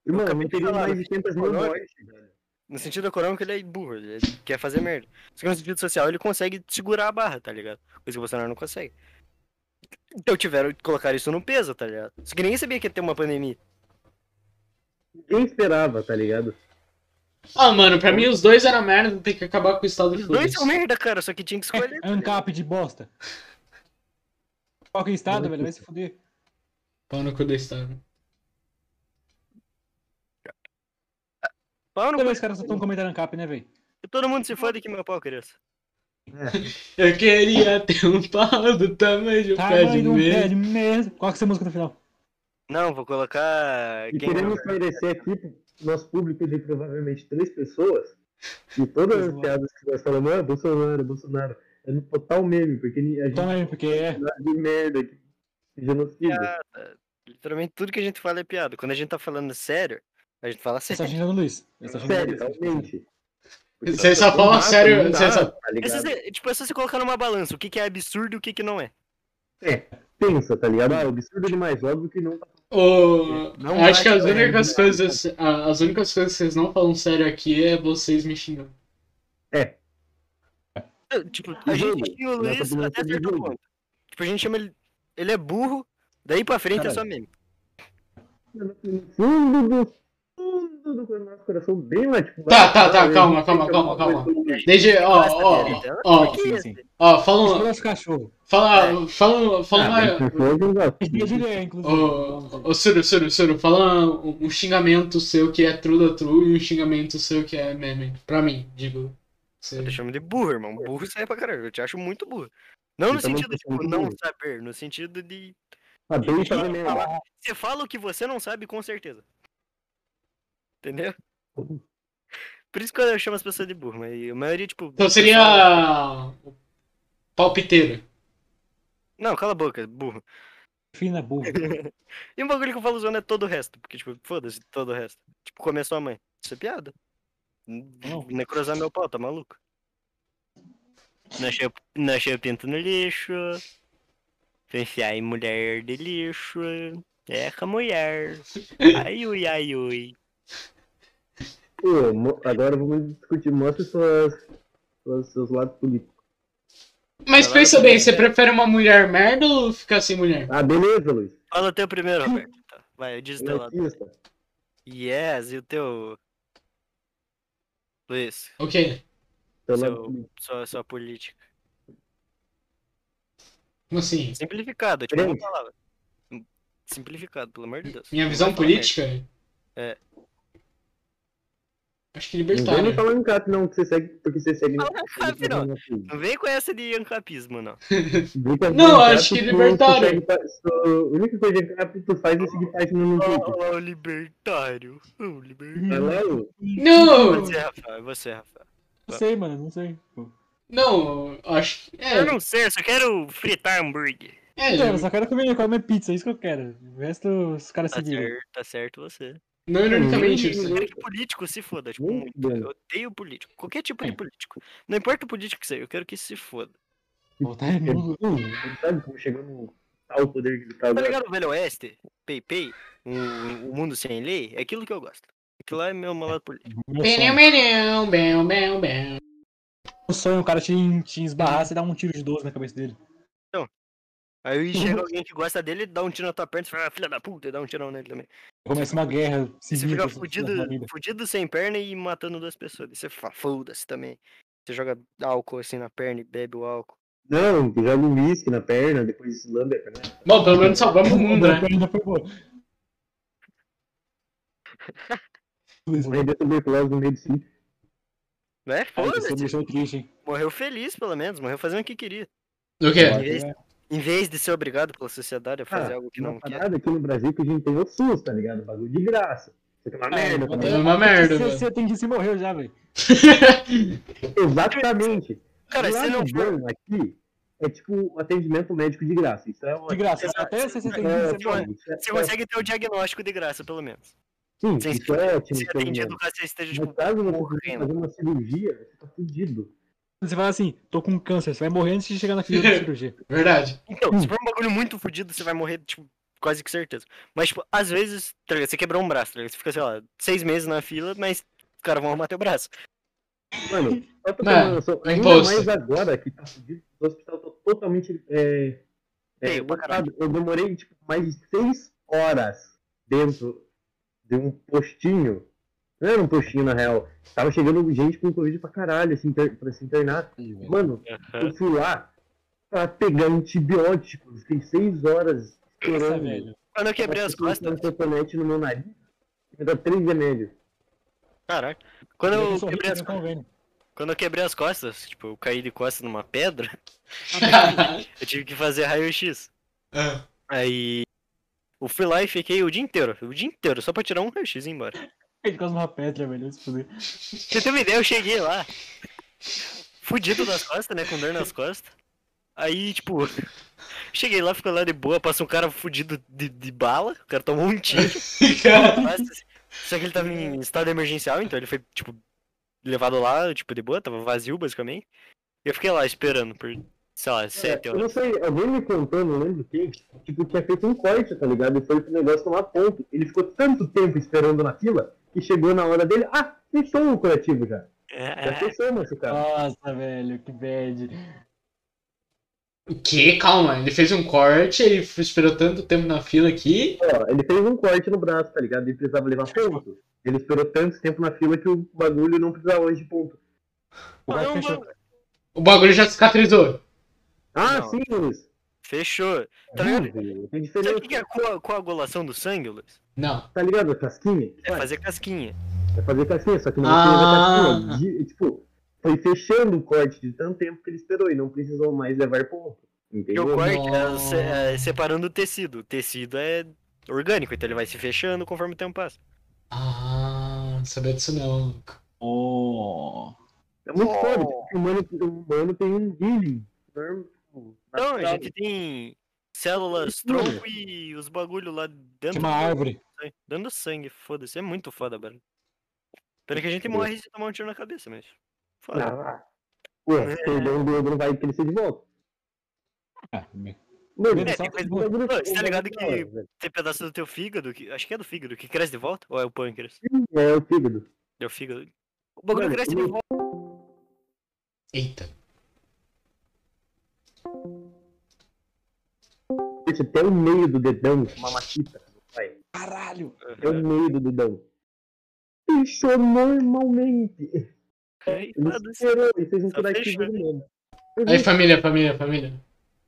Speaker 6: Irmão,
Speaker 2: acabei
Speaker 6: não
Speaker 2: de
Speaker 6: teria
Speaker 2: falar,
Speaker 6: mais de
Speaker 2: né?
Speaker 6: 500 mil
Speaker 2: Falou,
Speaker 6: mortes, velho.
Speaker 2: No sentido econômico, ele é burro, ele quer fazer merda. Só que no sentido social, ele consegue segurar a barra, tá ligado? Coisa que o Bolsonaro não consegue. Então tiveram que colocar isso no peso, tá ligado? Só que ninguém sabia que ia ter uma pandemia.
Speaker 6: Ninguém esperava, tá ligado?
Speaker 1: Ah, mano, pra mim os dois eram merda, tem que acabar com o estado de
Speaker 2: Os
Speaker 1: Fluminense.
Speaker 2: dois são merda, cara, só que tinha que escolher.
Speaker 5: É, Ancap de bosta. Foca em estado, velho, vai se fuder.
Speaker 1: Pau no cu do estado.
Speaker 2: Pau no
Speaker 5: Também
Speaker 2: cu.
Speaker 5: Então, os caras só estão comentando Ancap, né, velho?
Speaker 2: Todo mundo se fode aqui, meu pau, criança.
Speaker 1: Eu queria ter um pau do tamanho de um pé de
Speaker 5: Tamanho de um pé
Speaker 1: meia.
Speaker 5: de mesa. Coloca é essa música no final.
Speaker 2: Não, vou colocar.
Speaker 6: E
Speaker 2: É Quem...
Speaker 6: queremos esclarecer aqui pro nosso público de provavelmente três pessoas que todas as
Speaker 5: Bolsonaro.
Speaker 6: piadas que nós falamos, ah, Bolsonaro, Bolsonaro, é no total meme, porque a
Speaker 1: Então-
Speaker 6: gente
Speaker 5: Também, porque é.
Speaker 6: é de merda, que que genocida.
Speaker 2: Literalmente tudo que a gente fala é piada. Quando a gente tá falando sério, a gente fala
Speaker 5: Você tá
Speaker 2: sério.
Speaker 5: xingando o Luiz. Você tá xingando o
Speaker 6: Sério,
Speaker 5: Luiz.
Speaker 6: realmente.
Speaker 1: Você só fala sério, você só-
Speaker 6: Tá
Speaker 2: Essa,
Speaker 6: ligado?
Speaker 2: é- tipo, é só se colocar numa balança, o que, que é absurdo e o que, que não é.
Speaker 6: Pensa, tá ligado? Ah, é absurdo demais, óbvio que não tá
Speaker 1: Ô,
Speaker 2: Não
Speaker 1: eu acho
Speaker 2: bate
Speaker 1: que as
Speaker 2: com a
Speaker 1: únicas coisas, a- as únicas coisas que vocês não falam sério aqui é vocês me xingando.
Speaker 2: Eu, Tipo, a
Speaker 6: E
Speaker 2: gente
Speaker 6: jogo?
Speaker 2: xinga o
Speaker 6: Nossa
Speaker 2: Luiz
Speaker 6: opinião
Speaker 2: até
Speaker 6: sobre
Speaker 2: certo
Speaker 6: jogo.
Speaker 2: ponto. Tipo, a gente chama ele. Ele é burro, daí pra frente é só meme.
Speaker 6: assim, no fundo do fundo do nosso coração, bem lá, tipo...
Speaker 1: Tá,
Speaker 6: lá,
Speaker 1: tá, tá,
Speaker 6: a gente
Speaker 1: calma,
Speaker 6: tem
Speaker 1: calma, calma,
Speaker 6: alguma coisa
Speaker 1: calma.
Speaker 6: pelo meio.
Speaker 1: Desde, ó,
Speaker 2: Gosta
Speaker 1: ó,
Speaker 2: dele, então?
Speaker 1: ó,
Speaker 2: Por quê?
Speaker 5: Sim, sim.
Speaker 1: ó, fala,
Speaker 5: Escolha os cachorros.
Speaker 2: É.
Speaker 1: fala, fala, fala
Speaker 2: Ah,
Speaker 1: uma,
Speaker 6: né? Pessoas não gostam.
Speaker 5: Ele é, inclusive.
Speaker 1: Ô, ô, Suru, Suru, Suru, fala um, um xingamento seu que é true da true e um xingamento seu que é meme. Pra mim, digo. Você-
Speaker 2: Eu chamo de burro, irmão. Burro sai pra caralho. Eu te acho muito burro. Não
Speaker 6: Eu
Speaker 2: no
Speaker 6: também
Speaker 2: sentido
Speaker 6: te
Speaker 2: de
Speaker 6: acho
Speaker 2: tipo,
Speaker 6: muito
Speaker 2: não
Speaker 6: burro.
Speaker 2: saber, no sentido de.
Speaker 6: Tá bem, tá
Speaker 2: de
Speaker 6: bem.
Speaker 2: falar- Você fala o que você não sabe, com certeza. Entendeu? Por isso que eu chamo as pessoas de burro, mas a maioria, tipo.
Speaker 1: Então seria. o Palpiteiro.
Speaker 2: Não, cala a boca, burro.
Speaker 5: Fina burra.
Speaker 2: E um bagulho que eu falo zoando é todo o resto. Porque, tipo, foda-se, todo o resto. Tipo, comer sua mãe. Isso é piada.
Speaker 5: Não.
Speaker 2: Necrosar meu pau, tá maluco? Não achei, não achei o pinto no lixo. Pensar em mulher de lixo. É com a mulher. Ai, ui, ai, ui.
Speaker 6: Pô, mo- agora vamos discutir. Mostra suas, suas- seus lados políticos.
Speaker 1: Mas
Speaker 2: Agora
Speaker 1: pensa
Speaker 2: eu
Speaker 1: bem,
Speaker 2: também.
Speaker 1: você prefere uma mulher merda ou ficar sem mulher?
Speaker 6: Ah, beleza, Luiz.
Speaker 2: Fala o teu primeiro, Roberto. Tá, Vai, diz o teu lado.
Speaker 6: Elitista.
Speaker 2: Yes, e o teu. Luiz,
Speaker 1: O quê?
Speaker 6: Seu
Speaker 2: Seu-
Speaker 6: lado político.
Speaker 2: sua, sua política.
Speaker 1: Como assim?
Speaker 2: Simplificado, tipo, uma
Speaker 6: Grande.
Speaker 2: palavra. Simplificado, pelo amor de Deus.
Speaker 1: Minha visão
Speaker 2: Não vai falar
Speaker 1: política?
Speaker 2: É.
Speaker 1: Acho que
Speaker 6: Não vem me
Speaker 1: libertário.
Speaker 6: falar em cap, não, que você segue, porque você segue... assim.
Speaker 2: Fala ANCAP, não. Não vem com essa de ancapismo, não.
Speaker 1: Não, acho que libertário.
Speaker 6: A única coisa que cap tu faz é seguir página no Twitter.
Speaker 2: Ah, o libertário. Ah, O libertário.
Speaker 6: Vai lá, ô.
Speaker 1: Não!
Speaker 2: Você, Rafael, é você, Rafael.
Speaker 5: Não sei, mano, não sei. Pô.
Speaker 1: Não, acho que. É,
Speaker 2: Eu não sei, eu só quero fritar hambúrguer.
Speaker 1: é,
Speaker 5: Cara, eu só quero comer, comer pizza, é isso que eu quero. O resto, os caras
Speaker 2: Tá
Speaker 5: se viram.
Speaker 2: certo, tá certo você.
Speaker 1: não ironicamente.
Speaker 2: Eu
Speaker 1: isso.
Speaker 2: quero que político se foda, tipo,
Speaker 6: Muito
Speaker 2: muito.
Speaker 6: bem.
Speaker 2: Eu odeio político. Qualquer tipo de político. Não importa o político que seja, eu quero que se foda.
Speaker 5: Voltar é nulo.
Speaker 6: Não sabe como chegou no tal poder que ele tá
Speaker 2: Tá
Speaker 6: agora.
Speaker 2: ligado o Velho Oeste? Pei Pei, o o mundo sem lei, é aquilo que eu gosto. Aquilo lá é meu malado político.
Speaker 5: Meu
Speaker 1: Menino,
Speaker 5: sonho.
Speaker 1: menino, bel, bel, bel.
Speaker 5: Meu sonho, o cara te, te esbarrar, você dá um tiro de 12 na cabeça dele.
Speaker 2: Aí chega alguém que gosta dele, dá um tiro na tua perna e fala, "Ah, filha da puta, e dá um tirão nele também.
Speaker 5: Começa uma guerra
Speaker 2: E Você
Speaker 5: civil.
Speaker 2: fica
Speaker 5: pra-
Speaker 2: fudido,
Speaker 5: pra família.
Speaker 2: fudido sem perna e matando duas pessoas. E você fala, foda-se também. Você joga álcool assim na perna e bebe o álcool.
Speaker 6: Não, que joga um uísque na perna, depois lambe a perna.
Speaker 1: Bom, pelo menos salvamos o mundo, né?
Speaker 5: Ainda foi boa. Luiz,
Speaker 6: Vai ter tuberculose no meio do cinto.
Speaker 2: Né?
Speaker 5: Você me
Speaker 2: Foda-se.
Speaker 5: deixou triste, hein?
Speaker 2: Morreu feliz, pelo menos. Morreu fazendo o que queria.
Speaker 1: Do quê?
Speaker 5: é.
Speaker 2: Em vez de ser obrigado pela sociedade a fazer algo que
Speaker 6: Ah, Uma
Speaker 2: não quer.
Speaker 6: parada aqui no Brasil que a gente tem o SUS, tá ligado? Bagulho de graça. Isso
Speaker 2: Ah,
Speaker 6: aqui é uma merda.
Speaker 1: mas
Speaker 6: também.
Speaker 1: é uma merda,
Speaker 5: Você,
Speaker 1: velho.
Speaker 5: você tem que se morreu já, velho.
Speaker 6: Exatamente.
Speaker 2: Cara,
Speaker 6: Lá
Speaker 2: você não
Speaker 6: no
Speaker 2: for.
Speaker 6: Japão, aqui é tipo atendimento médico de graça. Isso é uma...
Speaker 5: De graça. Até você, você tem né?
Speaker 6: É,
Speaker 5: que se morrer.
Speaker 6: ótimo, isso é-
Speaker 2: Você consegue ter o diagnóstico de graça, pelo menos.
Speaker 6: Sim,
Speaker 2: Sem
Speaker 6: isso é ótimo.
Speaker 2: Se
Speaker 6: pelo
Speaker 2: atendido
Speaker 6: menos.
Speaker 2: caso você esteja,
Speaker 6: No
Speaker 2: tipo,
Speaker 6: caso, você conseguir
Speaker 2: morrendo.
Speaker 6: fazer uma cirurgia, você tá fudido.
Speaker 5: Você fala assim, tô com câncer, você vai morrer antes de chegar na fila da cirurgia.
Speaker 1: Verdade.
Speaker 2: Então, se for um bagulho muito fudido, você vai morrer, tipo, quase que certeza. Mas, tipo, às vezes, tá ligado? Você quebrou um braço, tá ligado? Você fica, sei lá, seis meses na fila, mas os caras vão arrumar teu braço.
Speaker 6: Mano, só pra
Speaker 1: Mano,
Speaker 6: ter uma noção, ainda
Speaker 1: imposto.
Speaker 6: mais agora que tá fudido, o hospital tá totalmente é, é,
Speaker 2: Feio pra caralho.
Speaker 6: lotado. Eu demorei tipo, mais de seis horas dentro de um postinho Não era um postinho, na real. Tava chegando gente com Covid pra caralho, assim, ter- pra se internar. Mano, eu fui lá pra pegar antibióticos. Fiquei seis
Speaker 5: Nossa,
Speaker 6: horas estourando.
Speaker 5: velho.
Speaker 2: Quando eu quebrei as costas.
Speaker 6: Um cotonete no meu nariz. Me dá três remédios.
Speaker 2: Caraca. Quando
Speaker 5: Eu
Speaker 2: eu,
Speaker 5: sou
Speaker 2: quebrei
Speaker 5: rico,
Speaker 2: as,
Speaker 5: não convém. né?
Speaker 2: quando eu quebrei as costas, tipo, eu caí de costas numa pedra, eu tive que fazer raio-x.
Speaker 1: Ah,
Speaker 2: Aí. Eu fui lá e fiquei o dia inteiro, o dia inteiro, só pra tirar um raio-x e ir embora.
Speaker 5: Ele quase uma pedra, velho. vai se fuder.
Speaker 2: Você tem uma ideia, eu cheguei lá. Fudido das costas, né? Com dor nas costas. Aí, tipo, cheguei lá, ficou lá de boa, passa um cara fudido de, de bala, o cara tomou um tiro.
Speaker 1: cara,
Speaker 2: Mas, Só que ele tava em estado emergencial, então ele foi, tipo, levado lá, tipo, de boa, tava vazio, basicamente. E eu fiquei lá esperando por, sei lá, sete
Speaker 6: É, Eu
Speaker 2: horas.
Speaker 6: não sei, alguém me contou, não lembro quem, tipo, tinha feito um corte, tá ligado? E foi pro negócio tomar ponto. Ele ficou tanto tempo esperando na fila que chegou na hora dele. Ah, fechou o curativo já.
Speaker 2: É.
Speaker 6: Já fechou, machucado.
Speaker 5: Nossa, velho, que bad.
Speaker 1: o quê? Calma, ele fez um corte, ele f- esperou tanto tempo na fila aqui.
Speaker 6: Ó, ele fez um corte no braço, tá ligado? Ele precisava levar ponto. Ele esperou tanto tempo na fila que o bagulho não precisava de ponto.
Speaker 5: O cara
Speaker 2: Não,
Speaker 5: fechou.
Speaker 2: mano.
Speaker 1: O bagulho já cicatrizou.
Speaker 6: Ah,
Speaker 2: Não.
Speaker 6: sim, Luiz.
Speaker 2: Fechou. Tá ligado?
Speaker 6: Hum, Tem
Speaker 2: Sabe
Speaker 6: diferença,
Speaker 2: o que que é a coa- coagulação do sangue, Luiz?
Speaker 1: Não.
Speaker 6: tá ligado? A Casquinha?
Speaker 2: É fazer casquinha.
Speaker 6: É fazer casquinha, só que não
Speaker 1: Ah.
Speaker 6: tinha casquinha. De- Tipo, foi fechando o corte de tanto tempo que ele esperou e não precisou mais levar ponto.
Speaker 2: Porque o
Speaker 6: Entendeu?
Speaker 2: corte é, se- é separando o tecido. O tecido é orgânico, então ele vai se fechando conforme o tempo passa.
Speaker 1: Ah, não sabia disso não. Luca.
Speaker 5: Oh.
Speaker 6: É muito foda, porque o humano, o humano tem um né? healing.
Speaker 2: Então,
Speaker 6: Não,
Speaker 2: a gente tem células,
Speaker 6: Não,
Speaker 2: tronco e os bagulho lá dentro.
Speaker 5: Tinha uma
Speaker 2: do-
Speaker 5: árvore.
Speaker 2: sangue. Dando sangue, foda-se. É muito foda, mano. Pena que a gente morre se tomar um tiro na cabeça, mas. Foda.
Speaker 6: Ah, ué,
Speaker 2: É.
Speaker 6: se perder um dedo não vai crescer de volta.
Speaker 5: Ah, me-
Speaker 6: Mano,
Speaker 5: É,
Speaker 6: esse
Speaker 5: tem coisa-
Speaker 6: bagulho-
Speaker 2: Ô, você tá ligado que-
Speaker 6: É, velho.
Speaker 2: Tem pedaço do teu fígado, que... acho que é do fígado, que cresce de volta? Ou é o pâncreas?
Speaker 6: É o fígado.
Speaker 2: É o fígado. O bagulho
Speaker 6: Mano,
Speaker 2: cresce de
Speaker 6: eu-
Speaker 2: volta.
Speaker 1: Eita.
Speaker 6: Esse até o meio do dedão, uma maquita. Vai.
Speaker 5: Caralho.
Speaker 6: Até o
Speaker 2: É.
Speaker 6: meio do dedão. Fechou normalmente.
Speaker 2: Ai,
Speaker 6: Ele
Speaker 2: foda-se.
Speaker 6: esperou, ele fez um
Speaker 2: Ah, Só fechou.
Speaker 6: curativo do nome.
Speaker 1: Aí, família, família, família.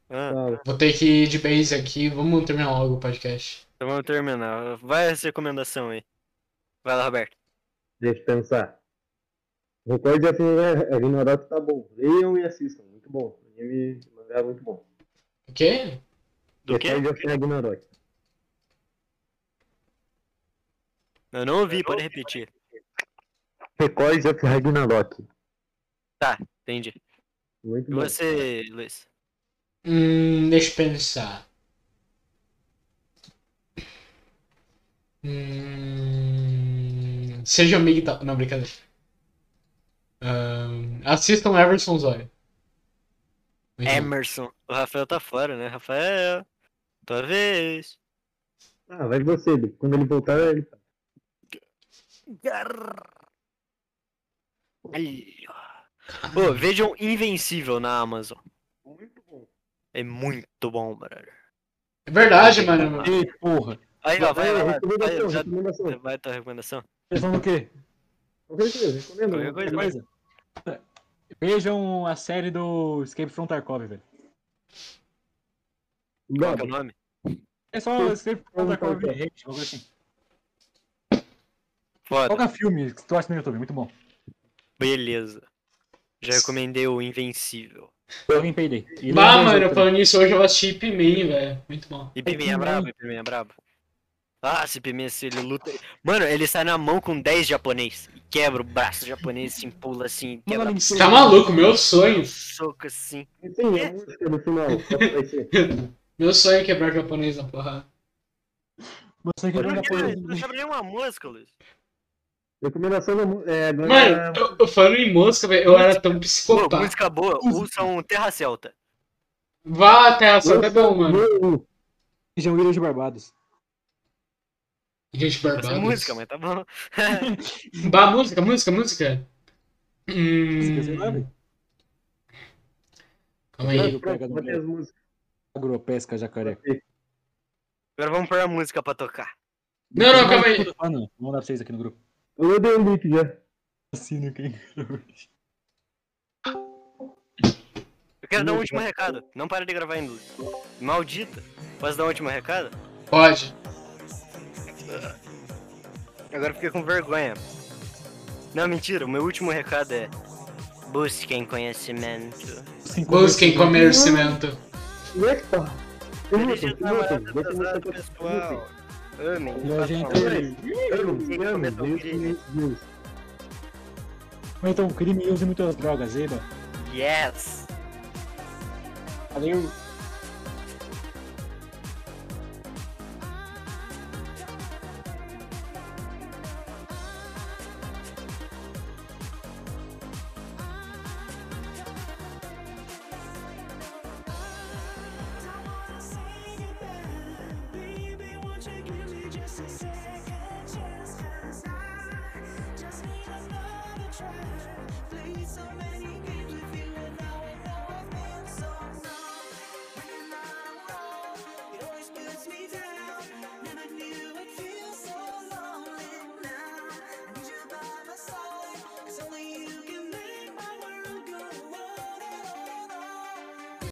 Speaker 2: Ah,
Speaker 6: Ah,
Speaker 1: Vou ter que ir de base aqui, vamos terminar logo o podcast.
Speaker 2: então vamos terminar. Vai essa recomendação aí. Vai lá, Roberto.
Speaker 6: Deixa eu pensar. assim, Recorde de Ragnarok tá bom. Leiam e assistam. Muito bom. Anime e mangá é muito bom.
Speaker 1: O quê?
Speaker 2: Do quê?
Speaker 6: Record of Ragnarok.
Speaker 2: Eu não ouvi, pode repetir.
Speaker 6: Record of Ragnarok.
Speaker 2: Entendi.
Speaker 6: Muito
Speaker 2: E
Speaker 6: bom.
Speaker 2: você, Luiz?
Speaker 1: Hum, deixa eu pensar. Hum, seja amigo da... Não, brincadeira. Ahn, assistam Everson Zoya. Muito
Speaker 2: É
Speaker 1: bom.
Speaker 2: Emerson. O Rafael tá fora, né? Rafael, tua vez.
Speaker 6: Ah, vai você, Bi. Quando ele voltar, ele
Speaker 2: Aí, ó. Ô, vejam Invencível na Amazon.
Speaker 6: Muito bom.
Speaker 2: É muito bom, brother.
Speaker 1: É verdade, mano.
Speaker 5: Ei, porra.
Speaker 2: Aí, ó, vai, vai, vai. Aí,
Speaker 6: recomendação,
Speaker 2: ó, já-
Speaker 6: recomendação.
Speaker 2: Vai tua recomendação.
Speaker 5: Pensando no quê?
Speaker 6: Qualquer coisa,
Speaker 2: Qualquer
Speaker 6: recomendo.
Speaker 2: coisa.
Speaker 6: Mas-
Speaker 5: Coisa. Vejam a série do Escape from Tarkov, velho.
Speaker 2: Qual que é o
Speaker 6: Bob,
Speaker 2: nome?
Speaker 5: É só Escape from
Speaker 6: Vamos
Speaker 5: Tarkov
Speaker 6: fazer.
Speaker 5: Hate, uma coisa assim.
Speaker 2: Foda.
Speaker 5: Coloca filme que tu acha no YouTube, muito bom.
Speaker 2: Beleza. Já recomendei o Invencível.
Speaker 5: Joguem Payday. E é
Speaker 1: Bah,
Speaker 5: lembrem os
Speaker 1: mano,
Speaker 5: outros.
Speaker 1: falando nisso, hoje eu assisti Pimen, velho. Muito bom.
Speaker 2: E Piminha é
Speaker 5: que
Speaker 2: brabo, e Piminha é brabo. Ah, esse Piminha, se ele luta... Mano, ele sai na mão com 10 japonês. E Quebra o braço japonês, se pula assim, quebra
Speaker 5: Mano,
Speaker 1: Você tá maluco? Meu sonho.
Speaker 2: um soco assim.
Speaker 6: Sim, a um música no final. só pra você.
Speaker 1: Meu sonho é quebrar japonês na porrada.
Speaker 5: Você que
Speaker 2: Eu não
Speaker 5: joga
Speaker 2: quebra,
Speaker 5: Payday.
Speaker 2: eu não quebra nenhuma mosca, Luiz.
Speaker 6: Recomendação da mu- é, agora.
Speaker 1: Mano, eu, eu falando em mosca, velho, eu era tão
Speaker 2: Pô,
Speaker 1: psicopata.
Speaker 2: música boa, usam Terra Celta.
Speaker 1: Vá até a só é bom, mano.
Speaker 5: Vejam Ilhas de Barbados.
Speaker 1: Gente
Speaker 2: Essa
Speaker 1: barbada.
Speaker 2: música, mas tá bom.
Speaker 1: Bah, música, música, música.
Speaker 5: Música, sei
Speaker 1: Hum,
Speaker 5: lá, né, velho.
Speaker 1: calma aí.
Speaker 5: Eu pego
Speaker 6: Botei as músicas.
Speaker 5: Agropesca, jacaré.
Speaker 2: Agora vamos pôr a música pra tocar.
Speaker 1: Não, não, calma aí.
Speaker 5: Ah, não. Vou mandar pra vocês aqui no grupo.
Speaker 6: Eu odeio o Nick já.
Speaker 5: Assino quem hoje.
Speaker 2: Eu quero dar um último recado. Não para de gravar ainda. Luiz. Maldita. Posso dar um último recado?
Speaker 1: Pode.
Speaker 2: Agora eu fiquei com vergonha. Não, mentira. O meu último recado é... Busquem conhecimento.
Speaker 1: Busquem comer cimento.
Speaker 6: Epa!
Speaker 2: Feliz dia
Speaker 6: Permutem,
Speaker 2: namorado
Speaker 6: permutem, tá? deixa eu mostrar pra vocês.
Speaker 2: tá pessoal. Tá Amem.
Speaker 5: E a gente-
Speaker 2: façam-
Speaker 6: Permutem,
Speaker 2: né?
Speaker 6: amem, Deus, Deus.
Speaker 5: Cometam um crime e usem muitas drogas, eba.
Speaker 2: Yes!
Speaker 5: Valeu.
Speaker 7: I wanna say it back, baby. Won't you give me just a second?